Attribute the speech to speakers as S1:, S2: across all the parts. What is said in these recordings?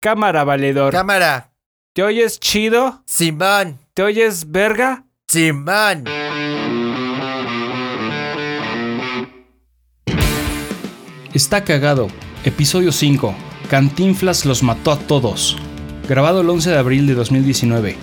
S1: Cámara, valedor.
S2: Cámara.
S1: ¿Te oyes chido?
S2: Simón.
S1: ¿Te oyes verga?
S2: Simón.
S3: Está cagado. Episodio 5. Cantinflas los mató a todos. Grabado el 11 de abril de 2019.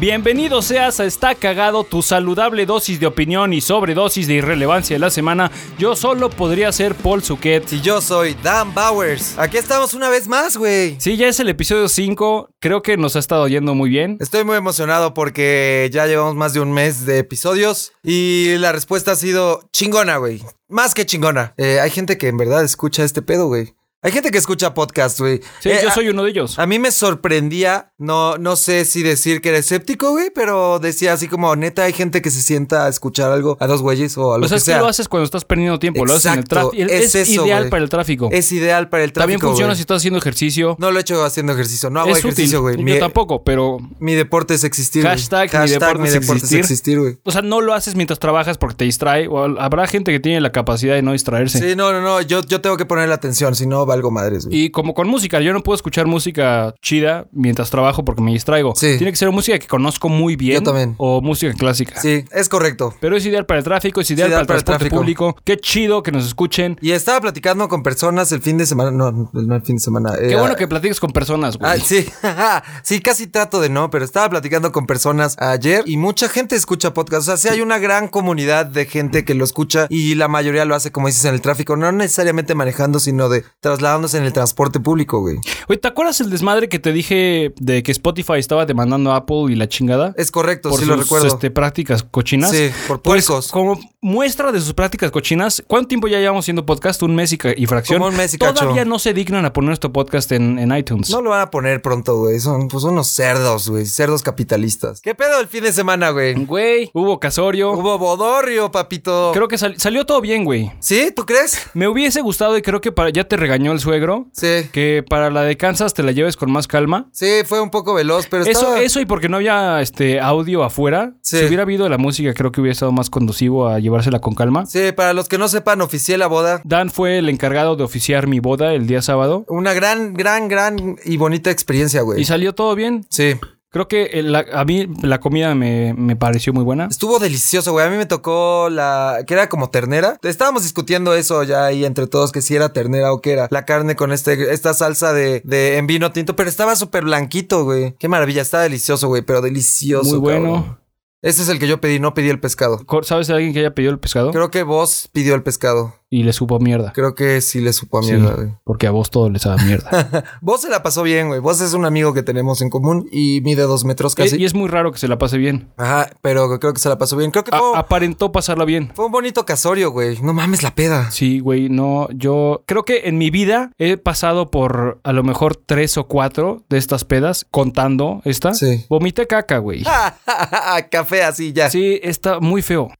S1: Bienvenido seas a Está Cagado, tu saludable dosis de opinión y sobredosis de irrelevancia de la semana. Yo solo podría ser Paul Suquet.
S2: Si yo soy Dan Bowers. Aquí estamos una vez más, güey.
S1: Sí, ya es el episodio 5. Creo que nos ha estado yendo muy bien.
S2: Estoy muy emocionado porque ya llevamos más de un mes de episodios y la respuesta ha sido chingona, güey. Más que chingona. Eh, hay gente que en verdad escucha este pedo, güey. Hay gente que escucha podcast, güey.
S1: Sí,
S2: Eh,
S1: yo
S2: a-
S1: soy uno de ellos.
S2: A mí me sorprendía, no, no sé si decir que era escéptico, güey, pero decía así como, neta, hay gente que se sienta a escuchar algo a dos güeyes o a lo
S1: O sea,
S2: que
S1: es que
S2: sea.
S1: lo haces cuando estás perdiendo tiempo, lo haces en el
S2: Exacto,
S1: tráfico. Es,
S2: es eso,
S1: ideal
S2: güey.
S1: para el tráfico.
S2: Es ideal para el tráfico.
S1: También funciona
S2: güey.
S1: si estás haciendo ejercicio.
S2: No lo he hecho haciendo ejercicio, no hago
S1: es útil.
S2: ejercicio, güey.
S1: Yo
S2: Mi,
S1: tampoco, pero.
S2: mi deporte es existir. güey.
S1: Hashtag, mi deporte es existir.
S2: güey.
S1: O sea, no lo haces mientras trabajas porque te distrae. O al- habrá gente que tiene la capacidad de no distraerse.
S2: Sí. no, no, no, yo, yo tengo que ponerle atención, si no valgo madres, güey.
S1: Y como con música, yo no puedo escuchar música chida mientras trabajo porque me distraigo.
S2: Sí.
S1: Tiene que ser música que conozco muy bien.
S2: Yo también.
S1: O música clásica.
S2: Sí, es correcto.
S1: Pero es ideal para el tráfico, es ideal, para el transporte
S2: tráfico.
S1: público. Qué chido que nos escuchen.
S2: Y estaba platicando con personas el fin de semana, no, no el fin de semana. eh,
S1: Qué bueno que platiques con personas, güey.
S2: Ah, sí, sí, casi trato de no, pero estaba platicando con personas ayer y mucha gente escucha podcast. O sea, sí hay una gran comunidad de gente que lo escucha y la mayoría lo hace, como dices, en el tráfico, no necesariamente manejando, sino de trasladándose en el transporte público, güey.
S1: Oye, ¿te acuerdas el desmadre que te dije de que Spotify estaba demandando a Apple y la chingada?
S2: Es correcto,
S1: por
S2: sí
S1: sus
S2: lo recuerdo.
S1: este, prácticas cochinas.
S2: Sí, por
S1: Pues,
S2: puercos.
S1: como muestra de sus prácticas cochinas, ¿cuánto tiempo ya llevamos haciendo podcast? Un mes y, ca- y fracción.
S2: Como un mes y cacho.
S1: Todavía no se dignan a poner nuestro podcast en, en iTunes.
S2: No lo van a poner pronto, güey. Son pues unos cerdos, güey. Cerdos capitalistas. ¿Qué pedo el fin de semana, güey?
S1: Güey, hubo casorio.
S2: Hubo bodorrio, papito.
S1: Creo que sal- salió todo bien, güey.
S2: ¿Sí? ¿Tú crees?
S1: Me hubiese gustado y creo que para ya te regañó el suegro
S2: Sí.
S1: que para la de Kansas te la lleves con más calma.
S2: Sí, fue un poco veloz, pero
S1: Eso,
S2: estaba...
S1: eso y porque no había este audio afuera.
S2: Sí.
S1: Si hubiera habido la música, creo que hubiera estado más conducivo a llevársela con calma.
S2: Sí, para los que no sepan, oficié la boda.
S1: Dan fue el encargado de oficiar mi boda el día sábado
S2: Una gran, gran, gran y bonita experiencia,
S1: y
S2: güey.
S1: salió todo bien.
S2: Sí.
S1: Creo que el- la- a mí la comida me, me pareció muy buena.
S2: Estuvo delicioso, güey. A mí me tocó la... que era como ternera. Estábamos discutiendo eso ya ahí entre todos, que si era ternera o qué era. La carne con este, esta salsa de, de en vino tinto, pero estaba súper blanquito, güey. Qué maravilla, estaba delicioso, güey, pero delicioso.
S1: Muy
S2: cabrón.
S1: bueno.
S2: Ese es el que yo pedí, no pedí el pescado.
S1: Co- ¿Sabes de alguien que haya pedido el pescado?
S2: Creo que vos pidió el pescado.
S1: Y le supo mierda.
S2: Creo que sí le supo a
S1: Sí,
S2: mierda, güey.
S1: porque a vos todo les sabe mierda.
S2: Vos se la pasó bien, güey. Vos es un amigo que tenemos en común y mide dos metros
S1: Y-
S2: casi.
S1: Eh, y es muy raro que se la pase bien.
S2: Ajá, pero creo que se la pasó bien. Creo que
S1: A-
S2: fue,
S1: aparentó pasarla bien.
S2: fue un bonito casorio, güey. No mames la peda.
S1: Sí, güey, no, yo creo que en mi vida he pasado por a lo mejor tres o cuatro de estas pedas, contando esta.
S2: Sí.
S1: Vomité caca, güey.
S2: Café así ya.
S1: Sí, está muy feo.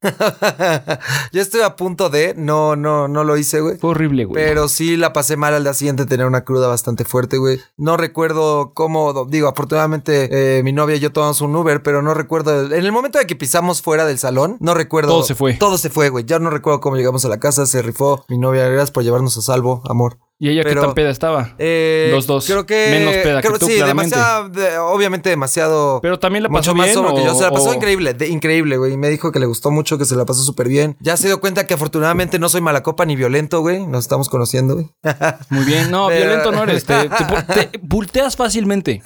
S2: Yo estoy a punto de, no, no, no lo hice, güey.
S1: Fue horrible, güey.
S2: Pero sí la pasé mal al día siguiente, tener una cruda bastante fuerte, güey. No recuerdo cómo, digo, afortunadamente eh, mi novia y yo tomamos un Uber, pero no recuerdo. En el momento de que pisamos fuera del salón, no recuerdo.
S1: Todo se fue.
S2: Todo se fue, güey. Ya no recuerdo cómo llegamos a la casa, se rifó. Mi novia, gracias por llevarnos a salvo, amor.
S1: ¿Y ella
S2: pero-
S1: qué tan peda estaba?
S2: Eh,
S1: Los dos.
S2: Creo que.
S1: Menos peda que
S2: creo-
S1: tú,
S2: sí,
S1: claramente.
S2: demasiado- de- obviamente demasiado.
S1: Pero también la pasó
S2: mucho más
S1: bien,
S2: sobrio que
S1: o-
S2: yo. Se la pasó
S1: o-
S2: increíble, de- increíble, güey. Y me dijo que le gustó mucho, que se la pasó súper bien. Ya se dio cuenta que afortunadamente no soy mala copa ni violento, güey. Nos estamos conociendo, güey.
S1: Muy bien, no,
S2: Pero-
S1: violento no eres. Te, te pu- te bulteas fácilmente.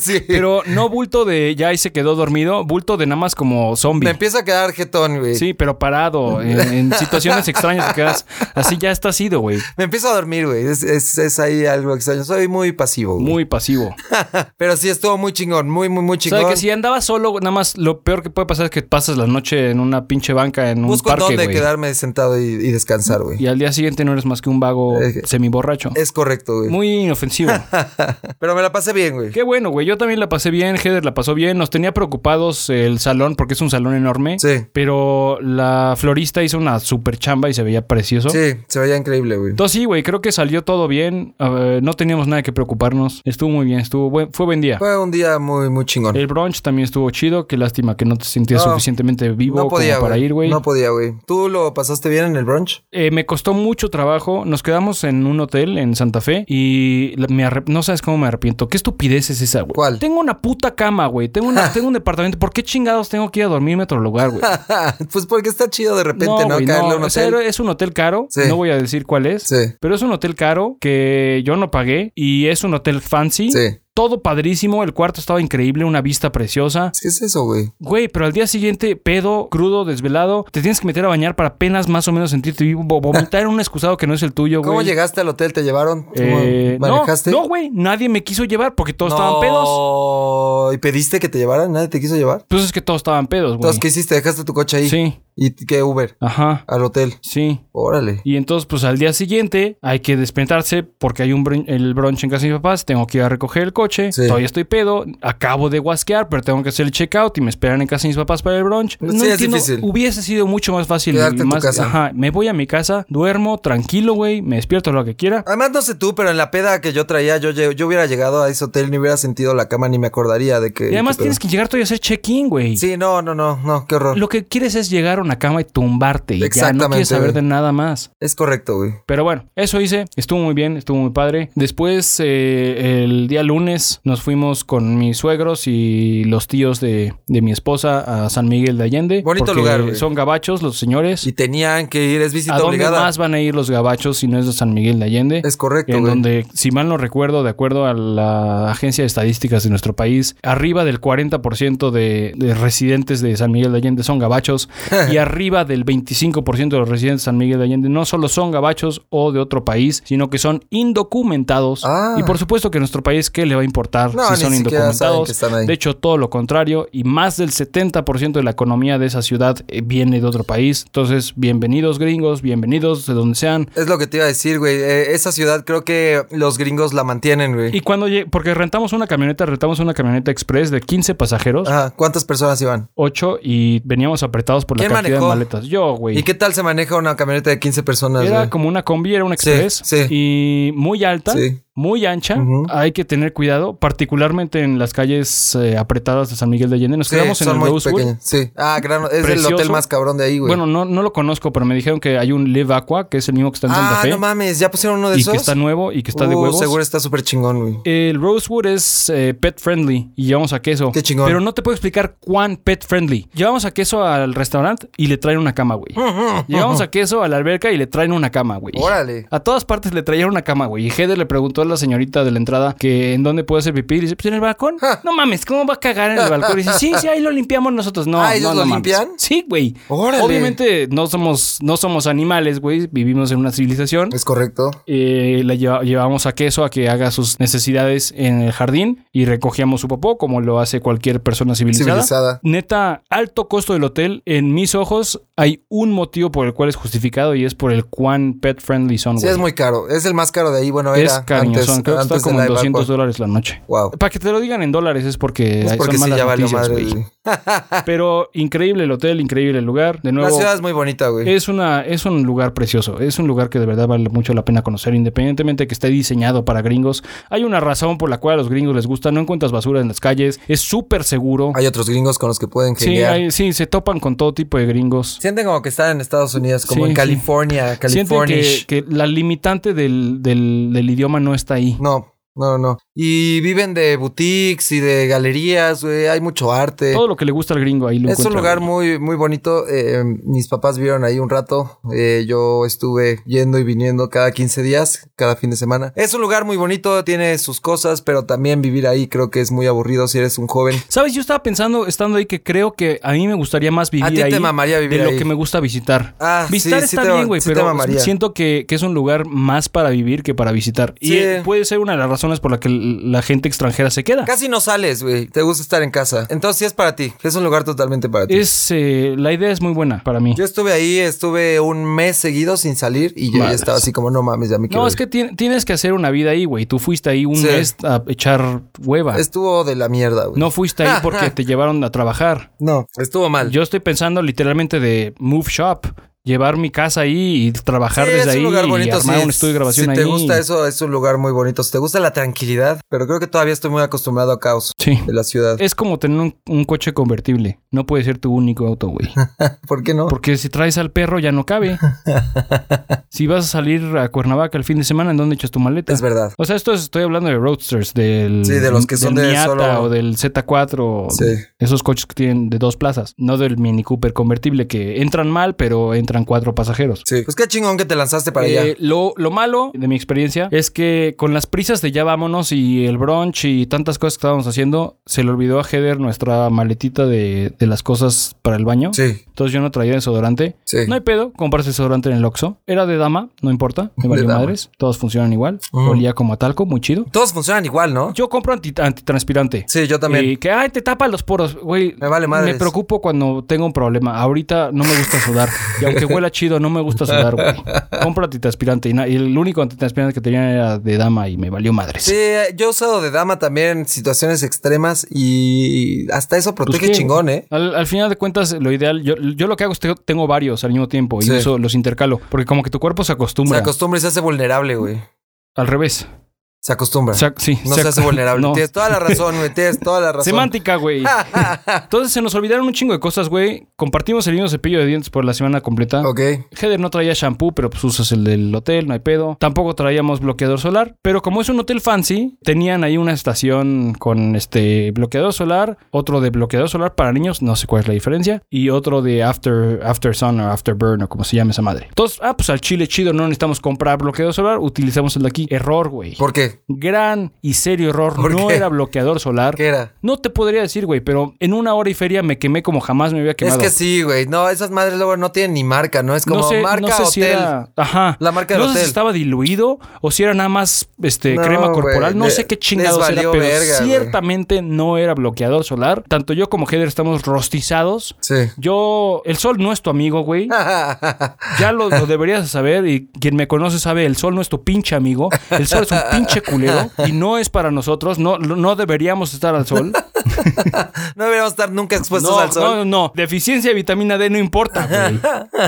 S2: sí.
S1: Pero no bulto de ya y se quedó dormido, bulto de nada más como zombie.
S2: Me empieza a quedar jetón, güey.
S1: Sí, pero parado, en, en situaciones extrañas te quedas. Así ya estás ido, güey.
S2: Me empiezo a dormir, güey. Es, es- es ahí algo extraño. Soy muy pasivo, güey.
S1: Muy pasivo.
S2: Pero sí estuvo muy chingón, muy, muy, muy
S1: O
S2: chingón.
S1: sea, que si andabas solo, nada más lo peor que puede pasar es que pasas la noche en una pinche banca en un
S2: Busco en
S1: parque,
S2: dónde
S1: güey.
S2: quedarme sentado y, y descansar, güey.
S1: Y al día siguiente no eres más que un vago
S2: Eh,
S1: semiborracho.
S2: Es correcto, güey.
S1: Muy inofensivo.
S2: Pero me la pasé bien, güey.
S1: Qué bueno, güey. Yo también la pasé bien, Heather la pasó bien. Nos tenía preocupados el salón porque es un salón enorme.
S2: Sí.
S1: Pero la florista hizo una super chamba y se veía precioso.
S2: Sí, se veía increíble, güey.
S1: Entonces sí, güey, creo que salió salió todo bien. a ver, no teníamos nada que preocuparnos. Estuvo muy bien, estuvo buen- fue buen día.
S2: Fue un día muy, muy chingón.
S1: El brunch también estuvo chido. Qué lástima que no te sentías
S2: No,
S1: suficientemente vivo
S2: no podía,
S1: como para ir, güey.
S2: No podía, güey. ¿Tú lo pasaste bien en el brunch?
S1: Eh, me costó mucho trabajo. Nos quedamos en un hotel en Santa Fe y la- me arrep- no sabes cómo me arrepiento. ¿Qué estupidez es esa, güey?
S2: ¿Cuál?
S1: Tengo una puta cama, güey. Tengo, una- tengo un departamento. ¿Por qué chingados tengo que ir a dormirme a otro lugar, güey?
S2: pues porque está chido de repente, ¿no?
S1: güey,
S2: Caerle a un
S1: O sea,
S2: hotel.
S1: era- es un hotel caro.
S2: Sí.
S1: No voy a decir cuál es.
S2: Sí.
S1: Pero es un hotel caro que yo no pagué y es un hotel fancy.
S2: Sí.
S1: Todo padrísimo. El cuarto estaba increíble, una vista preciosa.
S2: ¿Qué es eso, güey?
S1: Güey, pero al día siguiente, pedo, crudo, desvelado, te tienes que meter a bañar para apenas más o menos sentirte vivo, vo- vomitar en un excusado que no es el tuyo, güey.
S2: ¿Cómo llegaste al hotel? ¿Te llevaron? ¿Cómo
S1: Eh, no,
S2: manejaste?
S1: no, güey, nadie me quiso llevar porque todos estaban pedos.
S2: ¿Y pediste que te llevaran? ¿Nadie te quiso llevar?
S1: Pues es que todos estaban pedos, güey.
S2: Entonces, ¿qué hiciste? ¿Dejaste tu coche ahí?
S1: Sí,
S2: ¿Y qué Uber?
S1: ajá,
S2: Al hotel.
S1: sí.
S2: Órale.
S1: Y entonces, pues al día siguiente hay que despertarse porque hay un brun- el brunch en casa de mis papás. Tengo que ir a recoger el coche.
S2: Sí.
S1: Todavía estoy pedo. Acabo de guasquear, pero tengo que hacer el checkout y me esperan en casa de mis papás para el brunch.
S2: Pues, Sí, es difícil.
S1: Hubiese sido mucho más fácil. y
S2: Quedarte en tu
S1: más-
S2: casa.
S1: Ajá. Me voy a mi casa, duermo tranquilo, güey. Me despierto lo que quiera.
S2: Además, no sé tú, pero en la peda que yo traía, yo, lle- yo hubiera llegado a ese hotel, ni hubiera sentido la cama, ni me acordaría de que.
S1: y además tienes que llegar todavía a hacer check-in, güey.
S2: Sí, no, no, no, no, qué horror.
S1: Lo que quieres es llegar a una cama y tumbarte. Y ya no
S2: Exactamente,
S1: quieres saber
S2: güey.
S1: de nada más.
S2: Es correcto, güey.
S1: Pero bueno, eso hice, estuvo muy bien, estuvo muy padre. Después, eh, el día lunes, nos fuimos con mis suegros y los tíos de, de mi esposa a San Miguel de Allende.
S2: Bonito
S1: porque
S2: lugar, güey.
S1: Son gabachos los señores.
S2: Y tenían que ir, es visita
S1: ¿A dónde
S2: obligada.
S1: más van a ir los gabachos si no es de San Miguel de Allende?
S2: Es correcto,
S1: en
S2: güey.
S1: donde, si mal no recuerdo, de acuerdo a la Agencia de Estadísticas de nuestro país, arriba del 40% de, de residentes de San Miguel de Allende son gabachos y arriba del 25% de los residentes de San Miguel de Allende no solo son gabachos o de otro país, sino que son indocumentados.
S2: Ah.
S1: Y por supuesto que a nuestro país, ¿qué le va a importar
S2: No,
S1: si son
S2: ni siquiera saben
S1: indocumentados?
S2: que están ahí.
S1: De hecho, todo lo contrario, y más del 70% de la economía de esa ciudad eh, viene de otro país. Entonces, bienvenidos gringos, bienvenidos de donde sean.
S2: Es lo que te iba a decir, güey. Eh, esa ciudad creo que los gringos la mantienen, güey.
S1: Y cuando llegue, porque rentamos una camioneta, rentamos una camioneta express de 15 pasajeros,
S2: Ajá, ¿cuántas personas iban?
S1: 8 y veníamos apretados por la
S2: ¿Quién
S1: cantidad
S2: manejó?
S1: de maletas. Yo, güey.
S2: ¿Y qué tal se maneja una camioneta de 15 personas,
S1: Era
S2: güey?
S1: como una combi, era una
S2: Sí,
S1: express
S2: sí.
S1: y muy alta,
S2: Sí.
S1: muy ancha.
S2: Ujú.
S1: Hay que tener cuidado, particularmente en las calles eh, apretadas de San Miguel de Allende. Nos
S2: Sí,
S1: quedamos en
S2: son
S1: el
S2: muy
S1: Rosewood.
S2: pequeñas. Sí. Ah, gran- es el
S1: Precioso.
S2: hotel más cabrón de ahí, güey.
S1: Bueno, no, no lo conozco, pero me dijeron que hay un Live Aqua, que es el mismo que está en Santa
S2: ah,
S1: Fe.
S2: no mames, ¿ya pusieron uno de
S1: y
S2: esos?
S1: que está nuevo y que está de
S2: Uh,
S1: huevos.
S2: Seguro está súper chingón, güey.
S1: El Rosewood es eh, pet friendly y llevamos a queso.
S2: Qué chingón.
S1: Pero no te puedo explicar cuán pet friendly. Llevamos a queso al restaurante y le traen una cama, güey. Llevamos a queso a la alberca y le traen una cama, güey.
S2: Órale.
S1: A todas partes le traían una cama, güey. Y Heather le preguntó a la señorita de la entrada que en dónde puede hacer pipí. Y dice, pues en el balcón. No mames, ¿cómo va a cagar en el balcón? Y dice, sí, sí, ahí lo limpiamos nosotros. No,
S2: Ah,
S1: no,
S2: ¿ellos
S1: no
S2: lo
S1: mames.
S2: limpian?
S1: Sí, güey.
S2: Órale.
S1: Obviamente no somos, no somos animales, güey. Vivimos en una civilización.
S2: Es correcto.
S1: Eh, la lleva- llevamos a queso a que haga sus necesidades en el jardín y recogíamos su popó como lo hace cualquier persona civilizada.
S2: Civilizada.
S1: Neta, alto costo del hotel. En mis ojos hay un motivo por el cual es justificado y es por el cuán pet friendly son.
S2: Sí,
S1: güey.
S2: es muy caro. Es el más caro de ahí. Bueno,
S1: Es
S2: era
S1: cariñosón.
S2: antes,
S1: Creo que está
S2: antes
S1: como
S2: de
S1: en
S2: la
S1: 200
S2: Evacuación.
S1: dólares la noche.
S2: Wow.
S1: Para que te lo digan en dólares es porque,
S2: Es
S1: hay-
S2: porque
S1: son
S2: sí,
S1: malas
S2: ya valió
S1: noticias,
S2: madre.
S1: güey.
S2: güey.
S1: Pero increíble el hotel, increíble el lugar. De
S2: La
S1: nuevo,
S2: ciudad es muy bonita, güey.
S1: es, una, es un lugar precioso, es un lugar que de verdad vale mucho la pena conocer, independientemente que esté diseñado para gringos. Hay una razón por la cual a los gringos les gusta, no encuentras basura en las calles, es súper seguro.
S2: Hay otros gringos con los que pueden
S1: Sí,
S2: genial.
S1: hay- sí, se topan con todo tipo de gringos.
S2: Sienten como que están en Estados Unidos, como
S1: Sí, sí.
S2: en California,
S1: Sienten
S2: California.
S1: que, que la limitante del, del- del idioma no está ahí.
S2: No, no, no. Y viven de boutiques y de galerías, güey. Hay mucho arte.
S1: Todo lo que le gusta al gringo ahí lo
S2: es un
S1: encuentra,
S2: lugar
S1: güey.
S2: muy, muy bonito. Eh, mis papás vieron ahí un rato. Eh, yo estuve yendo y viniendo cada 15 días, cada fin de semana. Es un lugar muy bonito, tiene sus cosas, pero también vivir ahí creo que es muy aburrido si eres un joven.
S1: ¿Sabes? Yo estaba pensando, estando ahí, que creo que a mí me gustaría más vivir
S2: A ti
S1: ahí
S2: te mamaría vivir
S1: de lo
S2: ahí.
S1: que me gusta visitar.
S2: Ah, sí,
S1: visitar
S2: sí
S1: está
S2: te-
S1: bien, güey,
S2: sí te
S1: pero
S2: mamaría.
S1: siento que, que es un lugar más para vivir que para visitar. Y
S2: Sí.
S1: eh, puede ser una de las razones por la que l- la gente extranjera se queda.
S2: Casi no sales, güey. Te gusta estar en casa. Entonces sí es para ti. Es un lugar totalmente para ti.
S1: Es, eh, la idea es muy buena para mí.
S2: Yo estuve ahí, estuve un mes seguido sin salir y yo ya
S1: Madres.
S2: estaba así como, no mames, ya me quiero
S1: no, es
S2: ir".
S1: que ti- tienes que hacer una vida ahí, güey. Tú fuiste ahí un
S2: Sí.
S1: mes a echar hueva.
S2: Estuvo de la mierda, güey.
S1: No fuiste ahí porque te llevaron a trabajar.
S2: No, estuvo mal.
S1: Yo estoy pensando literalmente de move shop. llevar mi casa ahí y trabajar
S2: Sí,
S1: desde
S2: es
S1: ahí
S2: un lugar bonito.
S1: y armar
S2: si,
S1: un estudio de grabación
S2: si
S1: ahí.
S2: te gusta eso, es un lugar muy bonito. Si te gusta la tranquilidad, pero creo que todavía estoy muy acostumbrado a caos
S1: Sí.
S2: de la ciudad.
S1: Es como tener un, un coche convertible. No puede ser tu único auto, güey.
S2: ¿Por qué no?
S1: Porque si traes al perro ya no cabe. si vas a salir a Cuernavaca el fin de semana, ¿en dónde echas tu maleta?
S2: Es verdad.
S1: O sea, esto es- estoy hablando de roadsters, del.
S2: Sí, de los que son
S1: del
S2: de
S1: Miata
S2: solo-
S1: o del Z4. o
S2: Sí.
S1: Esos coches que tienen de dos plazas. No del Mini Cooper convertible, que entran mal, pero entran cuatro pasajeros.
S2: Sí. Pues qué chingón que te lanzaste para
S1: Eh,
S2: allá.
S1: Lo, lo malo de mi experiencia es que con las prisas de ya vámonos y el brunch y tantas cosas que estábamos haciendo, se le olvidó a Heather nuestra maletita de, de las cosas para el baño.
S2: Sí,
S1: Entonces yo no traía desodorante.
S2: sí.
S1: No hay pedo, compras desodorante en el Oxxo. Era de dama, no importa. Me
S2: De
S1: valió
S2: dama.
S1: madres. Todos funcionan igual.
S2: Mm.
S1: Olía como a talco, muy chido.
S2: Todos funcionan igual, ¿no?
S1: Yo compro anti- antitranspirante.
S2: Sí, yo también.
S1: Eh, que, ay, te tapa los poros, güey.
S2: Me vale madres.
S1: Me preocupo cuando tengo un problema. Ahorita no me gusta sudar. y aunque huela chido, no me gusta sudar, güey. Compro antitranspirante. Y, na- y el único antitranspirante que tenía era de dama y me valió madres.
S2: Sí, yo he usado de dama también en situaciones extremas y hasta eso
S1: Pues,
S2: protege
S1: ¿qué?
S2: chingón, ¿eh?
S1: Al, al final de cuentas, lo ideal, yo, yo lo que hago es que tengo varios al mismo tiempo y
S2: Sí.
S1: uso- los intercalo. Porque como que tu cuerpo se
S2: Se
S1: acostumbra.
S2: acostumbra y se hace vulnerable, güey.
S1: al revés.
S2: Se acostumbra.
S1: Se ac- sí,
S2: Ah. no
S1: se
S2: se,
S1: ac-
S2: hace vulnerable.
S1: no.
S2: Tienes toda la razón, güey. Tienes toda la razón.
S1: Semántica, güey.
S2: Ah.
S1: Entonces se nos olvidaron un chingo de cosas, güey. Compartimos el mismo cepillo de dientes por la semana completa.
S2: ok.
S1: Heather no traía shampoo, pero pues usas el del hotel, no hay pedo. Tampoco traíamos bloqueador solar, pero como es un hotel fancy, tenían ahí una estación con este bloqueador solar, otro de bloqueador solar para niños, no sé cuál es la diferencia, y otro de after, after sun o after burn o como se llame esa madre. Entonces, ah, pues al chile chido, no necesitamos comprar bloqueador solar, utilizamos el de aquí. Error, güey.
S2: ¿Por qué?
S1: Gran y serio error.
S2: ¿Por
S1: No
S2: qué?
S1: era bloqueador solar.
S2: ¿Qué era?
S1: No te podría decir, güey, pero en una hora y feria me quemé como jamás me había quemado.
S2: Es que sí, güey. No, esas madres luego no tienen ni marca, ¿no? Es como
S1: no sé,
S2: marca
S1: no sé
S2: hotel.
S1: si era. Ajá.
S2: La marca del
S1: no sé
S2: hotel.
S1: si estaba diluido o si era nada más este,
S2: No,
S1: crema
S2: güey,
S1: corporal. No
S2: le-
S1: sé qué
S2: les
S1: chingados era,
S2: valió
S1: pero
S2: verga, güey.
S1: ciertamente no era bloqueador solar. Tanto yo como Heather estamos rostizados.
S2: Sí.
S1: Yo, el sol no es tu amigo, güey. Ya lo, lo deberías saber y quien me conoce sabe, el sol no es tu pinche amigo. El sol es un pinche culero y no es para nosotros. No, no deberíamos estar al sol.
S2: no deberíamos estar nunca expuestos
S1: no,
S2: al sol.
S1: No, no, deficiencia de vitamina D no importa, güey.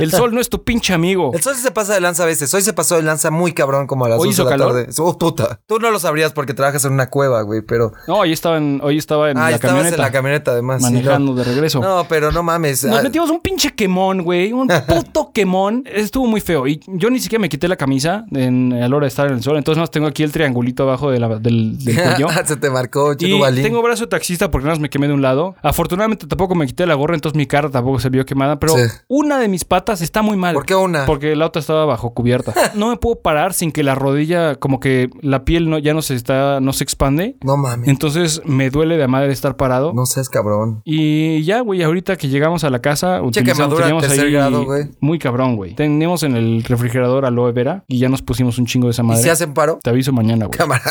S1: El sol no es tu pinche amigo.
S2: El sol sí se pasa de lanza a veces. Hoy se pasó de lanza muy cabrón como a las
S1: ¿Hoy
S2: 11 de
S1: hizo
S2: la
S1: calor?
S2: tarde. Oh, puta. Tú no lo sabrías porque trabajas en una cueva, güey, pero...
S1: No, hoy estaba en, hoy estaba en
S2: ah,
S1: la
S2: estabas
S1: camioneta
S2: en la camioneta además. sí, no.
S1: manejando de regreso.
S2: No, pero no mames.
S1: Nos
S2: Ah,
S1: metimos un pinche quemón, güey. Un puto quemón. Estuvo muy feo. Y yo ni siquiera me quité la camisa en, a la hora de estar en el sol. Entonces, no tengo aquí el triangulito abajo de la- del, del cuello.
S2: se te marcó, chico
S1: Y
S2: balín.
S1: tengo brazo de taxista porque nada más me quemé de un lado. Afortunadamente tampoco me quité la gorra, entonces mi cara tampoco se vio quemada. Pero
S2: Sí.
S1: una de mis patas está muy mal.
S2: ¿Por qué Ah. una?
S1: Porque la otra estaba bajo cubierta. No me puedo parar sin que la rodilla, como que la piel no, ya no se está, no se expande.
S2: No mames.
S1: Entonces me duele de madre estar parado.
S2: No seas cabrón.
S1: Y ya, güey, ahorita que llegamos a la casa, utilizamos,
S2: quemadura
S1: teníamos
S2: tercer
S1: ahí
S2: grado, güey.
S1: muy cabrón, güey. Teníamos en el refrigerador aloe vera y ya nos pusimos un chingo de esa
S2: ¿Y
S1: madre.
S2: si hacen paro?
S1: Te aviso mañana, güey.
S2: Cámara.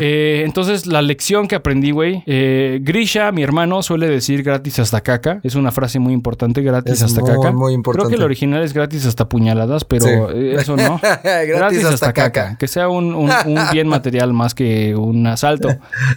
S1: Eh, entonces, la lección que aprendí, güey. eh, Grisha, mi hermano, suele decir gratis hasta caca. Es una frase muy importante, gratis
S2: Es
S1: hasta
S2: muy,
S1: caca.
S2: muy importante.
S1: Creo que el original es gratis hasta puñaladas, pero
S2: Sí.
S1: eh, eso no.
S2: gratis,
S1: Gratis
S2: hasta, caca.
S1: Que sea un, un- un bien material más que un asalto.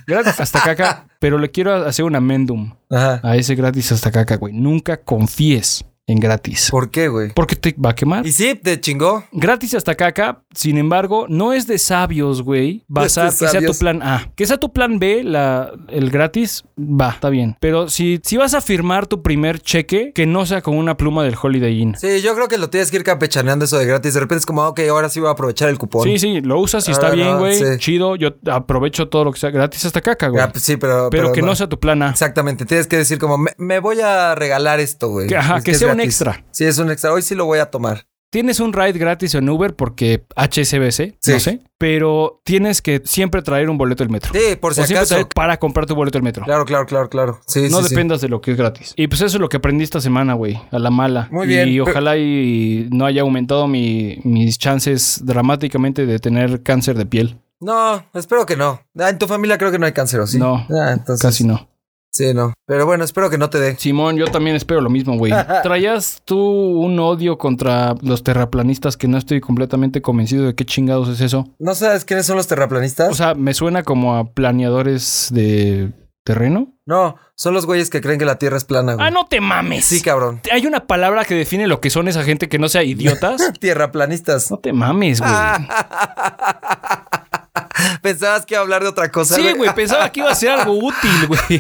S1: Gratis hasta caca, pero le quiero hacer un amendum
S2: Ajá.
S1: a ese gratis hasta caca, güey. Nunca confíes en gratis.
S2: ¿Por qué, güey?
S1: Porque te va a quemar.
S2: Y sí, te chingó.
S1: Gratis hasta caca, sin embargo, no es de sabios, güey. Basar
S2: de
S1: que sea tu
S2: sabios.
S1: plan A. Que sea tu plan B, la, el gratis, va, está bien. Pero si, si vas a firmar tu primer cheque, que no sea con una pluma del Holiday Inn.
S2: Sí, yo creo que lo tienes que ir campechaneando eso de gratis. De repente es como, ah, ok, ahora sí voy a aprovechar el cupón.
S1: Sí, sí, lo usas y está
S2: Ahora
S1: bien,
S2: Ah, no,
S1: güey.
S2: sí.
S1: Chido, yo aprovecho todo lo que sea gratis hasta caca, güey.
S2: Ah, pues sí, pero...
S1: pero, que no. sea tu plan A.
S2: Exactamente, tienes que decir como, me, me voy a regalar esto, güey.
S1: Que- ajá,
S2: Es
S1: que
S2: es
S1: sea un
S2: gratis.
S1: extra.
S2: Sí, es un extra. Hoy sí lo voy a tomar.
S1: Tienes un ride gratis en Uber porque HSBC, no
S2: Sí.
S1: sé. Pero tienes que siempre traer un boleto del metro.
S2: Sí, por si
S1: O siempre
S2: acaso.
S1: traer para comprar tu boleto del metro.
S2: Claro, claro, claro, claro. Sí,
S1: no
S2: sí, sí.
S1: dependas de lo que es gratis. Y pues eso es lo que aprendí esta semana, güey, a la mala.
S2: Muy bien,
S1: Y
S2: pero-
S1: ojalá y no haya aumentado mi- mis chances dramáticamente de tener cáncer de piel.
S2: No, espero que no. Ah, en tu familia creo que no hay cáncer, ¿o ¿sí?
S1: No,
S2: Ah, entonces.
S1: Casi no.
S2: Sí, no. Pero bueno, espero que no te dé.
S1: Simón, yo también espero lo mismo, güey. ¿Traías tú un odio contra los terraplanistas que no estoy completamente convencido de qué chingados es eso?
S2: ¿No sabes quiénes son los terraplanistas?
S1: O sea, me suena como a planeadores de ¿Terreno?
S2: No, son los güeyes que creen que la Tierra es plana, güey.
S1: Ah, no te mames.
S2: Sí, cabrón.
S1: Hay una palabra que define lo que son esa gente que no sea idiotas.
S2: Tierra planistas.
S1: No te mames, güey.
S2: Ah, Pensabas que iba a hablar de otra cosa.
S1: Sí, güey, pensaba que iba a ser algo útil, güey.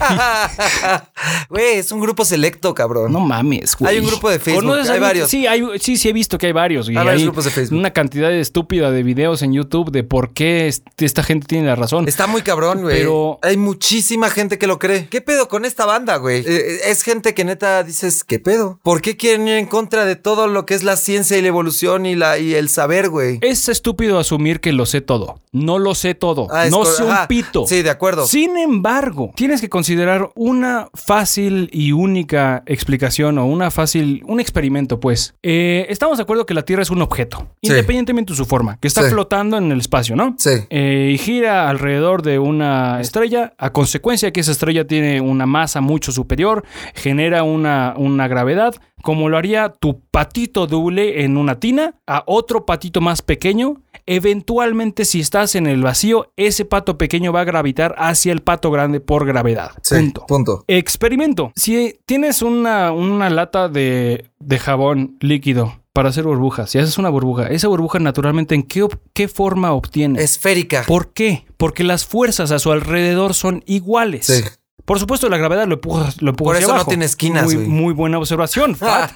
S2: Güey, es un grupo selecto, cabrón.
S1: No mames, güey.
S2: Hay un grupo de Facebook,
S1: ¿Conoces
S2: hay
S1: algún-
S2: varios.
S1: Sí, hay- sí, sí he visto que hay varios. Y
S2: Hay varios
S1: hay
S2: grupos de Facebook.
S1: Una cantidad estúpida de videos en YouTube de por qué este- esta gente tiene la razón.
S2: Está muy cabrón, güey.
S1: Pero-
S2: hay muchísima gente que lo cree. ¿Qué pedo con esta banda, güey? Eh, es gente que neta dices, ¿qué pedo? ¿Por qué quieren ir en contra de todo lo que es la ciencia y la evolución y la y el saber, güey?
S1: Es estúpido asumir que lo sé todo. No lo sé todo.
S2: Ah, es
S1: no
S2: cor-
S1: sé un
S2: ajá.
S1: pito.
S2: Sí, de acuerdo.
S1: Sin embargo, tienes que considerar una fácil y única explicación o una fácil, un experimento, pues. Eh, estamos de acuerdo que la Tierra es un objeto,
S2: Sí.
S1: independientemente de su forma, que está
S2: Sí.
S1: flotando en el espacio, ¿no?
S2: Sí.
S1: Eh, y gira alrededor de una estrella, a consecuencia que esa estrella tiene una masa mucho superior, genera una, una gravedad, como lo haría tu patito doble en una tina a otro patito más pequeño. Eventualmente, si estás en el vacío, ese pato pequeño va a gravitar hacia el pato grande por gravedad.
S2: Sí.
S1: Punto.
S2: Punto.
S1: Experimento. Si tienes una, una lata de, de jabón líquido para hacer burbujas, si haces una burbuja, esa burbuja naturalmente, ¿en qué, ob- qué forma obtiene?
S2: Esférica.
S1: ¿Por qué? Porque las fuerzas a su alrededor son iguales.
S2: Sí.
S1: Por supuesto, la gravedad lo empuja, lo empuja
S2: Por
S1: hacia
S2: eso no
S1: abajo.
S2: tiene esquinas,
S1: Muy,
S2: güey.
S1: muy buena observación. Fat.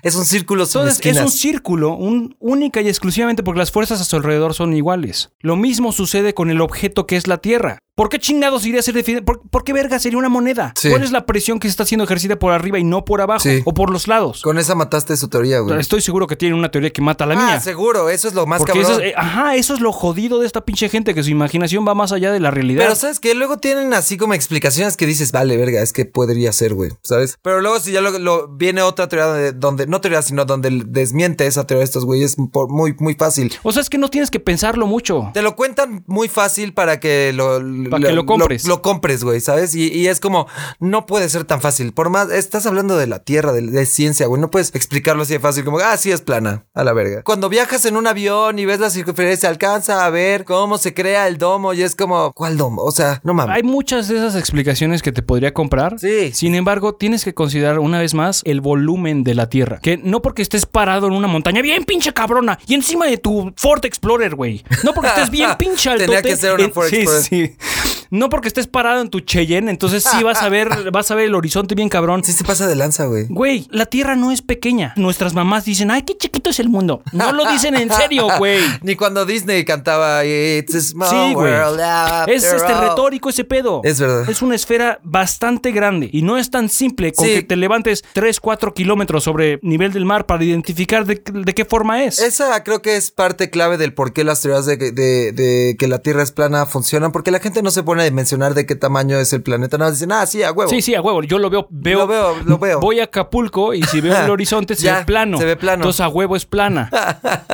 S2: es un círculo sin
S1: Entonces, es un
S2: esquinas.
S1: círculo un- única y exclusivamente porque las fuerzas a su alrededor son iguales. Lo mismo sucede con el objeto que es la Tierra. ¿Por qué chingados iría a ser definido? ¿Por, por qué verga sería una moneda?
S2: Sí.
S1: ¿Cuál es la presión que está siendo ejercida por arriba y no por abajo
S2: Sí.
S1: o por los lados?
S2: Con esa mataste su teoría, güey.
S1: Estoy seguro que tienen una teoría que mata a la
S2: Ah,
S1: mía.
S2: seguro, eso es lo más
S1: Porque
S2: cabrón.
S1: eso es, eh, ajá, eso es lo jodido de esta pinche gente, que su imaginación va más allá de la realidad.
S2: Pero sabes que luego tienen así como explicaciones que dices, vale, verga, es que podría ser, güey, ¿sabes? Pero luego si ya lo, lo- viene otra teoría donde, donde- no teoría, sino donde desmiente esa teoría de estos güeyes por muy, muy fácil.
S1: O sea, es que no tienes que pensarlo mucho.
S2: Te lo cuentan muy fácil para que lo,
S1: Para que lo compres.
S2: Lo, compres, güey, ¿sabes? Y, y es como, no puede ser tan fácil. Por más, estás hablando de la tierra, de, de ciencia, güey. No puedes explicarlo así de fácil, como, ah, sí es plana, a la verga. Cuando viajas en un avión y ves la circunferencia, alcanza a ver cómo se crea el domo y es como, ¿cuál domo? O sea, no mames.
S1: Hay muchas de esas explicaciones que te podría comprar.
S2: Sí.
S1: Sin embargo, tienes que considerar una vez más el volumen de la Tierra. Que no porque estés parado en una montaña bien pinche cabrona y encima de tu Ford Explorer, güey. No porque estés bien pinche alto.
S2: Tenía que ser una Ford Explorer.
S1: Sí, sí. No porque estés parado en tu Cheyenne, entonces sí vas a ver, vas a ver el horizonte bien cabrón.
S2: Sí se pasa de lanza, güey.
S1: Güey, la Tierra no es pequeña. Nuestras mamás dicen, ay, qué chiquito es el mundo. No lo dicen en serio, güey.
S2: Ni cuando Disney cantaba It's a small
S1: Sí, güey.
S2: world after
S1: Es este
S2: all".
S1: retórico ese pedo.
S2: Es verdad.
S1: Es una esfera bastante grande y no es tan simple con
S2: Sí.
S1: que te levantes 3, 4 kilómetros sobre nivel del mar para identificar de, de qué forma es.
S2: Esa creo que es parte clave del por qué las teorías de, que- de- de que la Tierra es plana funcionan, porque la gente no se pone a mencionar de qué tamaño es el planeta, nada más dicen, ah, sí, a huevo.
S1: Sí, sí, a huevo. Yo lo veo, veo.
S2: Lo veo, lo veo.
S1: Voy a Acapulco y si veo el horizonte se
S2: Ya,
S1: ve plano.
S2: se ve plano.
S1: Entonces a huevo es plana.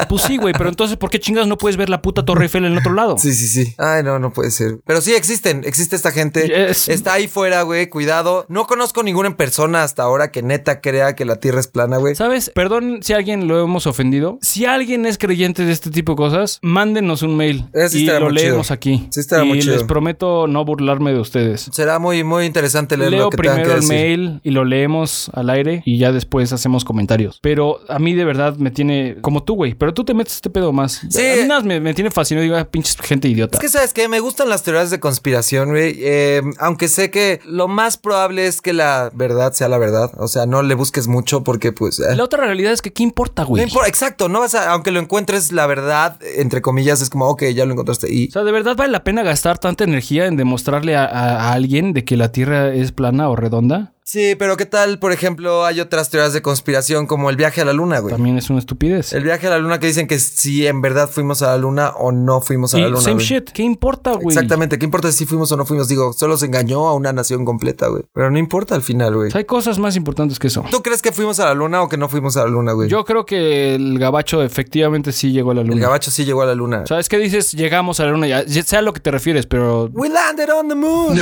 S1: Pues sí, güey, pero entonces ¿por qué chingados no puedes ver la puta Torre Eiffel en el otro lado?
S2: Sí, sí, sí. Ay, no, no puede ser. Pero sí existen, existe esta gente.
S1: Yes.
S2: Está ahí fuera, güey, cuidado. No conozco ninguna en persona hasta ahora que neta crea que la Tierra es plana, güey.
S1: ¿Sabes? Perdón si a alguien lo hemos ofendido. Si alguien es creyente de este tipo de cosas, mándenos un mail
S2: Eh, sí
S1: y
S2: estaría
S1: lo
S2: muy chido.
S1: leemos aquí.
S2: Sí estaría
S1: y
S2: muy chido.
S1: les prometo no burlarme de ustedes.
S2: Será muy, muy interesante leer
S1: Leo
S2: lo que tengan que
S1: primero el
S2: decir.
S1: mail y lo leemos al aire y ya después hacemos comentarios. Pero a mí de verdad me tiene como tú, güey. Pero tú te metes este pedo más.
S2: Sí.
S1: A mí nada más me, me tiene fascinado. Digo, "Ah, pinche gente idiota.
S2: Es que sabes que me gustan las teorías de conspiración, güey. Eh, aunque sé que lo más probable es que la verdad sea la verdad. O sea, no le busques mucho porque, pues. eh,
S1: La otra realidad es que ¿qué importa,
S2: no
S1: güey?
S2: importa. Exacto, no vas a. Aunque lo encuentres la verdad, entre comillas, es como, ok, ya lo encontraste. Y
S1: O sea, ¿de verdad vale la pena gastar tanta energía en demostrarle a- a- a alguien de que la Tierra es plana o redonda?
S2: sí, pero ¿qué tal, por ejemplo, hay otras teorías de conspiración como el viaje a la luna, güey?
S1: También es una estupidez.
S2: El viaje a la luna que dicen que si en verdad fuimos a la luna o no fuimos a
S1: Y
S2: la luna.
S1: same
S2: güey.
S1: shit. ¿Qué importa, güey?
S2: Exactamente, ¿qué importa si fuimos o no fuimos? Digo, solo se engañó a una nación completa, güey. Pero no importa al final, güey.
S1: O sea, hay cosas más importantes que eso.
S2: ¿Tú crees que fuimos a la luna o que no fuimos a la luna, güey?
S1: Yo creo que el gabacho efectivamente sí llegó a la
S2: El
S1: luna.
S2: gabacho sí llegó a la luna.
S1: ¿Sabes qué dices? Llegamos a la luna. Ya, ya sea a lo que te refieres, pero
S2: We landed on the moon.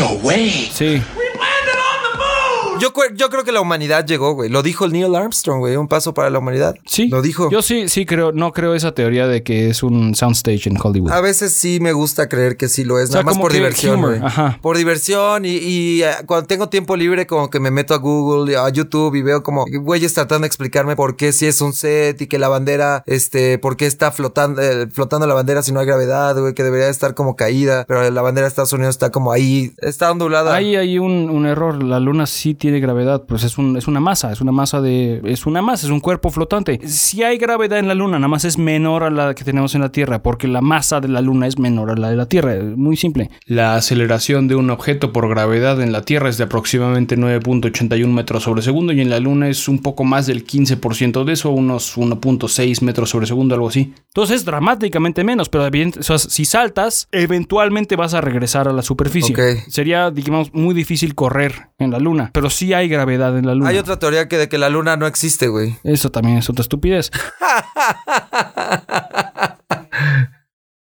S1: sí.
S2: Yo, cu- yo creo que la humanidad llegó, güey. Lo dijo el Neil Armstrong, güey. Un paso para la humanidad.
S1: Sí.
S2: Lo dijo.
S1: Yo sí, sí creo, no creo esa teoría de que es un soundstage en Hollywood.
S2: A veces sí me gusta creer que sí lo es,
S1: O sea,
S2: nada más
S1: como
S2: por
S1: que
S2: diversión.
S1: humor,
S2: güey.
S1: ajá.
S2: Por diversión y, y, eh, cuando tengo tiempo libre como que me meto a Google, y a YouTube y veo como güeyes tratando de explicarme por qué si es un set y que la bandera, este, por qué está flotando, eh, flotando la bandera si no hay gravedad, güey, que debería estar como caída, pero la bandera de Estados Unidos está como ahí, está ondulada.
S1: Ahí hay un, un error. La luna sí tiene gravedad, pues es, un, es una masa, es una masa de. Es una masa, es un cuerpo flotante. Sí hay gravedad en la luna, nada más es menor a la que tenemos en la Tierra, porque la masa de la luna es menor a la de la Tierra. Es Muy simple.
S3: La aceleración de un objeto por gravedad en la Tierra es de aproximadamente 9.81 metros sobre segundo y en la Luna es un poco más del 15% de eso, unos 1.6 metros sobre segundo, algo así.
S1: Entonces, dramáticamente menos, pero evidente- o sea, si saltas, eventualmente vas a regresar a la superficie.
S2: Ok.
S1: Sería, digamos, muy difícil correr en la luna, pero sí hay gravedad en la luna.
S2: Hay otra teoría que de que la luna no existe, güey.
S1: Eso también es otra estupidez.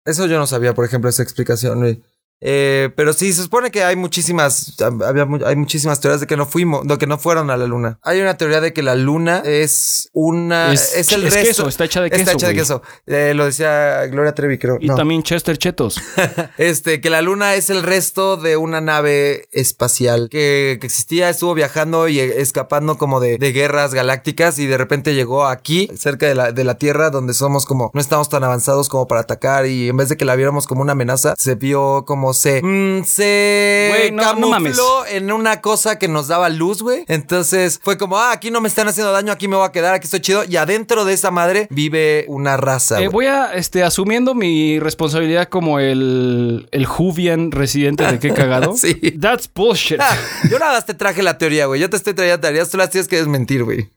S2: Eso yo no sabía, por ejemplo, esa explicación, güey. Eh, pero sí, se supone que hay muchísimas, había mu- hay muchísimas teorías de que no fuimos, de que no fueron a la luna. Hay una teoría de que la luna es una, Ah, es, el
S1: es
S2: resto.
S1: queso, está hecha de queso.
S2: Está hecha de
S1: güey.
S2: queso. Eh, lo decía Gloria Trevi, creo.
S1: Y
S2: No.
S1: también Chester Chetos.
S2: Este, que la luna es el resto de una nave espacial que, que existía, estuvo viajando y eh, escapando como de, de guerras galácticas y de repente llegó aquí, cerca de la, de la Tierra, donde somos como, no estamos tan avanzados como para atacar y en vez de que la viéramos como una amenaza, se vio como se, mm, se
S1: Güey, no, no
S2: camufló
S1: mames.
S2: en una cosa que nos daba luz, güey. Entonces fue como, ah, aquí no me están haciendo daño, aquí me voy a quedar, aquí estoy chido y adentro de esa madre vive una raza.
S1: Eh, voy
S2: güey.
S1: a, este, asumiendo mi responsabilidad como el, el Juvian residente de qué cagado.
S2: Sí.
S1: That's bullshit.
S2: Ah, yo nada más te traje la teoría, güey. Yo te estoy trayendo teorías, tú las tienes que desmentir, güey.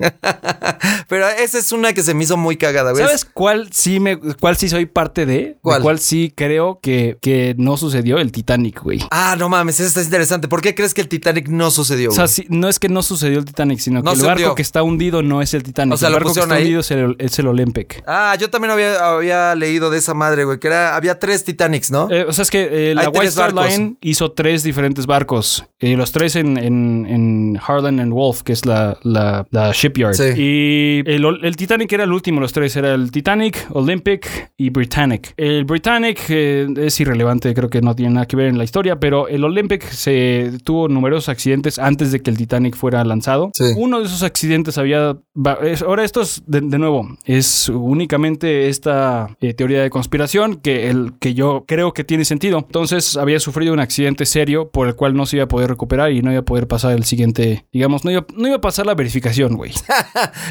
S2: Pero esa es una que se me hizo muy cagada, güey.
S1: ¿Sabes cuál sí me, cuál sí soy parte de? ¿De
S2: ¿Cuál?
S1: cuál sí creo que, que no sucedió el Titanic, güey?
S2: Ah, no mames, esa está interesante. ¿Por qué crees que el Titanic no sucedió?
S1: O sea,
S2: güey?
S1: sí, no es que no sucedió el Titanic, sino
S2: No
S1: que el
S2: se
S1: barco
S2: hundió.
S1: que está hundido no es el Titanic.
S2: O sea,
S1: el
S2: lo
S1: barco que
S2: pusieron
S1: está
S2: ahí.
S1: hundido es el, es el Olympic.
S2: Ah, yo también había, había leído de esa madre, güey, que era, había tres Titanics, ¿no?
S1: Eh, o sea, es que eh, la
S2: Hay
S1: White
S2: tres
S1: Star
S2: barcos.
S1: Line hizo tres diferentes barcos. Eh, los tres en, en, en Harlan and Wolf, que es la, la- la shipyard.
S2: Sí.
S1: Y el, Ol- el Titanic era el último, los tres. Era el Titanic, Olympic y Britannic. El Britannic eh, es irrelevante, creo que no tiene nada que ver en la historia, pero el Olympic se tuvo numerosos accidentes antes de que el Titanic fuera lanzado.
S2: Sí.
S1: Uno de esos accidentes había... va- es- Ahora esto es, de, de nuevo, es únicamente esta eh, teoría de conspiración que, el, que yo creo que tiene sentido. Entonces había sufrido un accidente serio por el cual no se iba a poder recuperar y no iba a poder pasar el siguiente, digamos, no iba, no iba a pasar la verificación, güey.